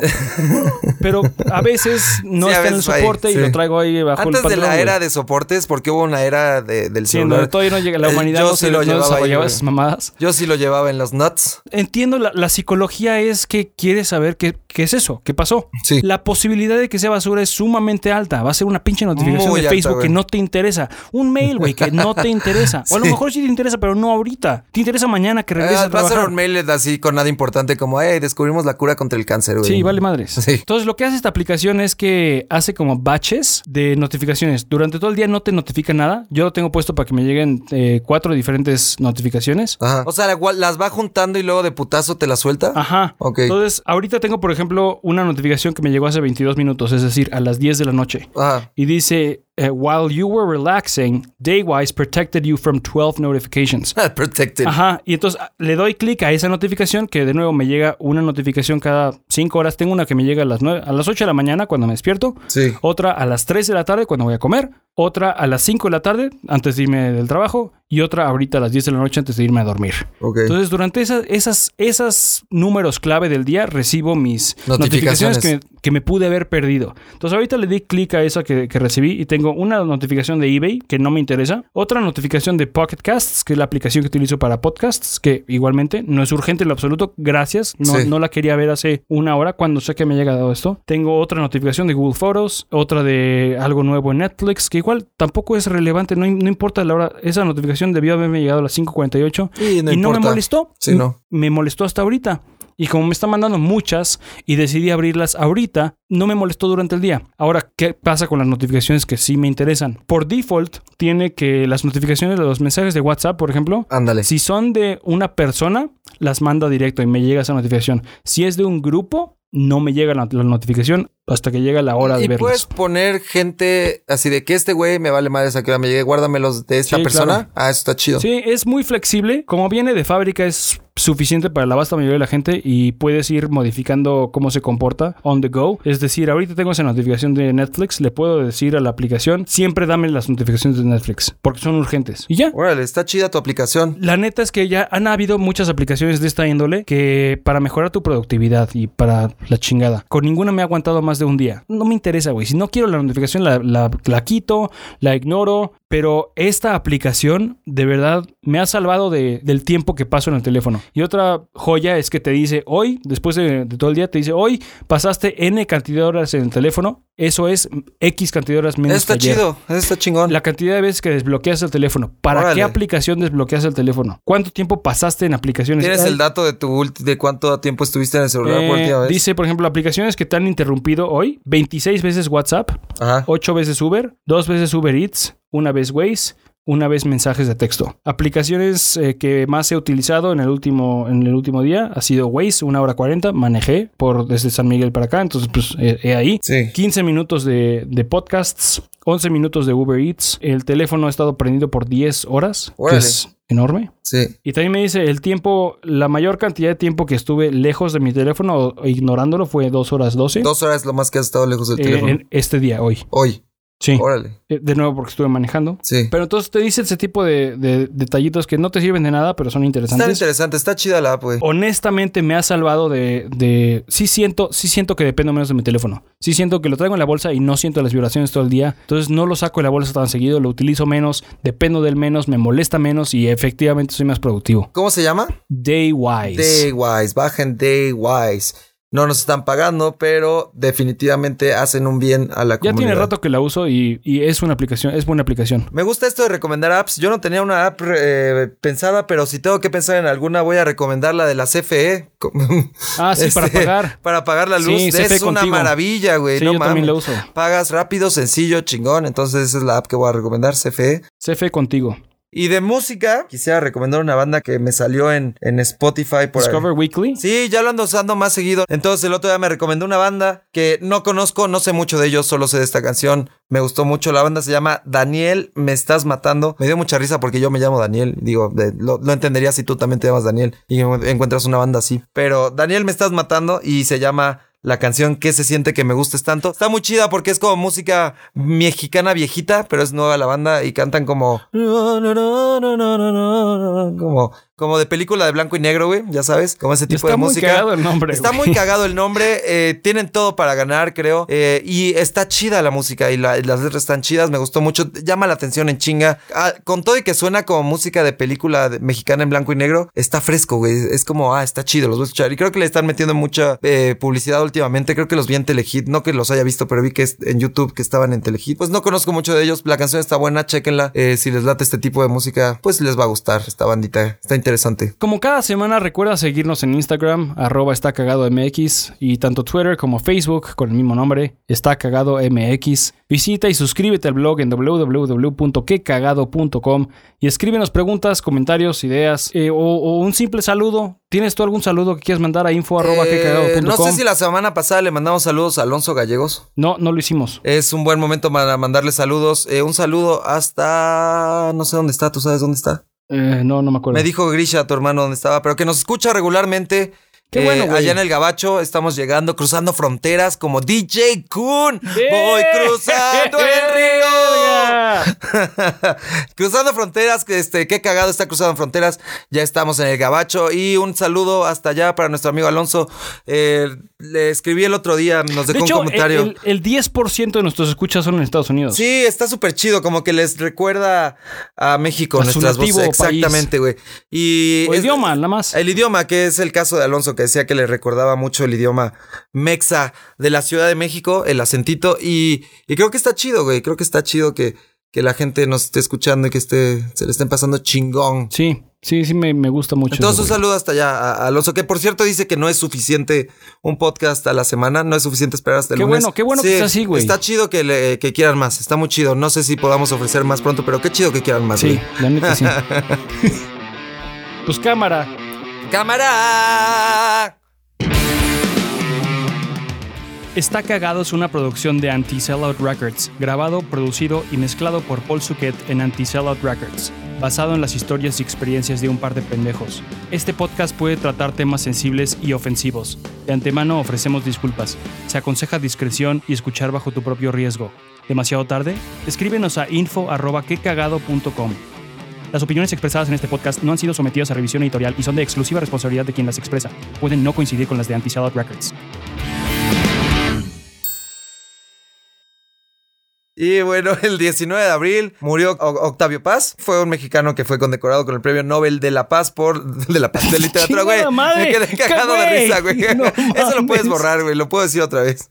S1: Pero a veces no
S2: Sí, a
S1: está en el
S2: veces ahí,
S1: soporte y
S2: sí.
S1: lo traigo ahí bajo el
S2: Antes de
S1: pantalón,
S2: la
S1: güey.
S2: era de soportes, porque hubo una era de- del
S1: Sí, en
S2: celular.
S1: donde todavía no llega la
S2: Eh,
S1: humanidad,
S2: yo
S1: no
S2: sí
S1: se
S2: lo
S1: no
S2: llevaba ahí,
S1: desarrollaba
S2: güey.
S1: esas mamadas.
S2: Yo sí lo llevaba en los nuts.
S1: Entiendo, la, la psicología es que quieres saber qué, qué es eso, qué pasó.
S2: Sí.
S1: La posibilidad de que sea basura es sumamente alta. Va a ser una pinche notificación
S2: Muy
S1: de
S2: alta,
S1: Facebook
S2: güey.
S1: que no te interesa. Un mail, güey, que no te interesa. O a lo
S2: Sí.
S1: mejor sí te interesa, pero no ahorita. Te interesa mañana que regreses
S2: Ah,
S1: a
S2: va a ser
S1: trabajar.
S2: un mail así con nada importante como, hey, descubrimos la cura contra el cáncer, güey.
S1: Sí, vale madres.
S2: Sí.
S1: Entonces, lo que hace esta aplicación es que hace como batches de notificaciones. Durante todo el día no te notifica nada. Yo lo tengo puesto para que me lleguen eh, cuatro diferentes notificaciones.
S2: Ajá. O sea, la gua- las va juntando y luego de putazo te las suelta.
S1: Ajá.
S2: Ah, Ok.
S1: Entonces, ahorita tengo, por ejemplo, una notificación que me llegó hace 22 minutos, es decir, a las 10 de la noche.
S2: Ajá.
S1: Y dice, eh, while you were relaxing, Daywise protected you from 12 notifications.
S2: Protected.
S1: Ajá, y entonces ah, le doy clic a esa notificación que de nuevo me llega una notificación cada 5 horas. Tengo una que me llega a las, nueve- a las 8 de la mañana cuando me despierto,
S2: Sí.
S1: otra a las 3 de la tarde cuando voy a comer, otra a las 5 de la tarde antes de irme del trabajo y otra ahorita a las 10 de la noche antes de irme a dormir.
S2: Ok.
S1: Entonces, durante esas, esas, esas números clave del día, recibo mis
S2: Notificaciones.
S1: notificaciones, que, que me pude haber perdido. Entonces, ahorita le di clic a esa que, que recibí y tengo una notificación de eBay que no me interesa, otra notificación de Pocket Casts, que es la aplicación que utilizo para podcasts, que igualmente no es urgente en lo absoluto. Gracias, no,
S2: Sí.
S1: no la quería ver hace una hora cuando sé que me ha llegado esto. Tengo otra notificación de Google Photos, otra de algo nuevo en Netflix, que igual tampoco es relevante, no, im- no importa la hora. Esa notificación debió haberme llegado a las 5:48
S2: Y no
S1: y no me
S2: importa.
S1: molestó.
S2: Sí, no.
S1: Me molestó hasta ahorita. Y como me están mandando muchas y decidí abrirlas ahorita, no me molestó durante el día. Ahora, ¿qué pasa con las notificaciones que sí me interesan? Por default, tiene que las notificaciones de los mensajes de WhatsApp, por ejemplo,
S2: Ándale.
S1: si son de una persona, las manda directo y me llega esa notificación. Si es de un grupo, no me llega la, la notificación hasta que llega la hora de
S2: y
S1: verlas.
S2: puedes poner gente así de que este güey me vale madre esa que me llegue, guárdamelos de esta
S1: Sí,
S2: persona. Ah, eso está chido.
S1: Sí, es muy flexible. Como viene de fábrica, es suficiente para la vasta mayoría de la gente y puedes ir modificando cómo se comporta on the go. Es decir, ahorita tengo esa notificación de Netflix, le puedo decir a la aplicación, siempre dame las notificaciones de Netflix, porque son urgentes. Y ya.
S2: Órale, está chida tu aplicación.
S1: La neta es que ya han habido muchas aplicaciones de esta índole que para mejorar tu productividad y para la chingada. Con ninguna me ha aguantado más de un día. No me interesa, güey. Si no quiero la notificación, la, la- la quito, la ignoro. Pero esta aplicación de verdad me ha salvado de- del tiempo que paso en el teléfono. Y otra joya es que te dice hoy, después de, de todo el día, te dice hoy pasaste N cantidad de horas en el teléfono. Eso es X cantidad de horas
S2: Eso
S1: menos.
S2: está
S1: que ayer.
S2: chido. Eso está chingón.
S1: La cantidad de veces que desbloqueas el teléfono. ¿Para
S2: Órale.
S1: qué aplicación desbloqueas el teléfono? ¿Cuánto tiempo pasaste en aplicaciones?
S2: ¿Tienes
S1: Ay,
S2: el dato de tu ulti- de cuánto tiempo estuviste en el celular por
S1: eh,
S2: última vez?
S1: dice, por ejemplo, aplicaciones que te han interrumpido hoy: 26 veces WhatsApp,
S2: Ajá.
S1: 8 veces Uber, 2 veces Uber Eats, una vez Waze, una vez mensajes de texto. Aplicaciones eh, que más he utilizado en el último, en el último día ha sido Waze, una hora 40, manejé por desde San Miguel para acá, entonces pues eh, he ahí.
S2: Sí.
S1: 15 minutos de, de podcasts, 11 minutos de Uber Eats. El teléfono ha estado prendido por 10 horas, que
S2: Órale.
S1: es enorme.
S2: Sí.
S1: Y también me dice el tiempo, la mayor cantidad de tiempo que estuve lejos de mi teléfono o ignorándolo fue 2 horas 12
S2: Dos horas es lo más que has estado lejos del
S1: eh,
S2: teléfono.
S1: en este día, hoy.
S2: Hoy.
S1: Sí,
S2: Órale.
S1: Eh, de nuevo porque estuve manejando.
S2: Sí.
S1: Pero entonces te dice ese tipo de, de detallitos que no te sirven de nada, pero son
S2: Está
S1: interesantes.
S2: interesante, está chida la app,
S1: Oh.
S2: güey.
S1: Honestamente me ha salvado de, de... Sí siento, sí siento que dependo menos de mi teléfono. Sí siento que lo traigo en la bolsa y no siento las vibraciones todo el día. Entonces no lo saco de la bolsa tan seguido, lo utilizo menos, dependo del menos, me molesta menos y efectivamente soy más productivo.
S2: ¿Cómo se llama?
S1: Daywise.
S2: Daywise. Bajen Daywise. No nos están pagando, pero definitivamente hacen un bien a la
S1: Ya
S2: comunidad.
S1: tiene rato que la uso y, y es una aplicación, es buena aplicación.
S2: Me gusta esto de recomendar apps. Yo no tenía una app eh, pensada, pero si tengo que pensar en alguna, voy a recomendar la de la CFE.
S1: Ah, sí, para
S2: Este,
S1: pagar.
S2: Para pagar la luz.
S1: Sí,
S2: es
S1: CFE
S2: una
S1: contigo.
S2: maravilla, güey.
S1: Sí,
S2: no
S1: yo
S2: mames.
S1: también la uso.
S2: E. Pagas rápido, sencillo, chingón. Entonces esa es la app que voy a recomendar, CFE.
S1: CFE contigo.
S2: Y de música, quisiera recomendar una banda que me salió en, en Spotify por ahí.
S1: Discover Weekly.
S2: Sí, ya lo ando usando más seguido. Entonces el otro día me recomendó una banda que no conozco, no sé mucho de ellos, solo sé de esta canción. Me gustó mucho. La banda se llama Daniel, me estás matando. Me dio mucha risa porque yo me llamo Daniel. Digo, de- lo, lo entendería si tú también te llamas Daniel y en- encuentras una banda así. Pero Daniel, me estás matando y se llama... La canción que se siente que me gustes tanto? Está muy chida porque es como música mexicana viejita, pero es nueva la banda y cantan como... Como, como de película de blanco y negro, güey, ya sabes, como ese
S1: Y
S2: Este tipo
S1: está
S2: de
S1: muy
S2: música.
S1: cagado el nombre.
S2: Está
S1: güey.
S2: muy cagado el nombre. eh, tienen todo para ganar, creo. eh, y está chida la música y, la- y las letras están chidas. Me gustó mucho. Llama la atención en chinga. Ah, con todo y que suena como música de película de- mexicana en blanco y negro, está fresco, güey. Es como, ah, está chido, los voy a escuchar. Y creo que le están metiendo mucha eh, publicidad últimamente. Creo que los vi en Telehit. No que los haya visto, pero vi que es- en YouTube que estaban en Telehit. Pues no conozco mucho de ellos. La canción está buena, chéquenla. eh, si les late este tipo de música, pues les va a gustar esta bandita. Está interesante.
S1: Como cada semana, recuerda seguirnos en Instagram, arroba está cagado MX, y tanto Twitter como Facebook con el mismo nombre, está cagado MX. Visita y suscríbete al blog en www.quecagado.com y escríbenos preguntas, comentarios, ideas eh, o, o un simple saludo. ¿Tienes tú algún saludo que quieras mandar a info arroba
S2: Eh,
S1: quecagado.com?
S2: no sé si la semana pasada le mandamos saludos a Alonso Gallegos.
S1: no, no lo hicimos.
S2: Es un buen momento para mandarle saludos. Eh, un saludo hasta. No sé dónde está, tú sabes dónde está.
S1: Eh, no, no me acuerdo.
S2: Me dijo Grisha, tu hermano, dónde estaba, pero que nos escucha regularmente. eh,
S1: Qué bueno, güey.
S2: allá en el Gabacho estamos llegando, cruzando fronteras como DJ Kun. Voy cruzando el río. cruzando fronteras, que, este, qué cagado está cruzando fronteras. Ya estamos en el Gabacho. Y un saludo hasta allá para nuestro amigo Alonso. Eh, le escribí el otro día, nos
S1: De
S2: dejó
S1: hecho,
S2: un comentario.
S1: el, el 10% de nuestros escuchas son en Estados Unidos.
S2: Sí, está súper chido, como que les recuerda a México
S1: A su
S2: nuestras voces.
S1: nativo país.
S2: Exactamente, güey. Y
S1: o
S2: es-
S1: idioma, nada más.
S2: El idioma, que es el caso de Alonso, que decía que le recordaba mucho el idioma mexa de la Ciudad de México, el acentito, y, y creo que está chido, güey. Creo que está chido que, que la gente nos esté escuchando y que esté, se le estén pasando chingón.
S1: Sí, sí, sí, me, me gusta mucho. eso,
S2: Entonces, un
S1: güey.
S2: saludo hasta allá a a Alonso, que por cierto dice que no es suficiente un podcast a la semana, no es suficiente esperar hasta el
S1: Qué
S2: lunes.
S1: bueno, qué bueno que sea así, güey.
S2: Está chido que, le- que quieran más, está muy chido. No sé si podamos ofrecer más pronto, pero qué chido que quieran más.
S1: Sí,
S2: Sí.
S1: la neta sí. pues cámara.
S2: ¡Cámara!
S1: Está Cagado es una producción de Anti-Sellout Records, grabado, producido y mezclado por Paul Suquet en Anti-Sellout Records, basado en las historias y experiencias de un par de pendejos. Este podcast puede tratar temas sensibles y ofensivos. De antemano ofrecemos disculpas. Se aconseja discreción y escuchar bajo tu propio riesgo. ¿Demasiado tarde? Escríbenos a info.quecagado.com. Las opiniones expresadas en este podcast no han sido sometidas a revisión editorial y son de exclusiva responsabilidad de quien las expresa. Pueden no coincidir con las de Anti-Sellout Records.
S2: Y bueno, el 19 de abril murió O- Octavio Paz. Fue un mexicano que fue condecorado con el premio Nobel de la Paz por. de la Paz de literatura, güey.
S1: ¡Chingada madre!
S2: Me quedé cagado de
S1: ¡Güey!
S2: risa, güey.
S1: No
S2: Eso lo puedes
S1: mames.
S2: borrar, güey. Lo puedo decir otra vez.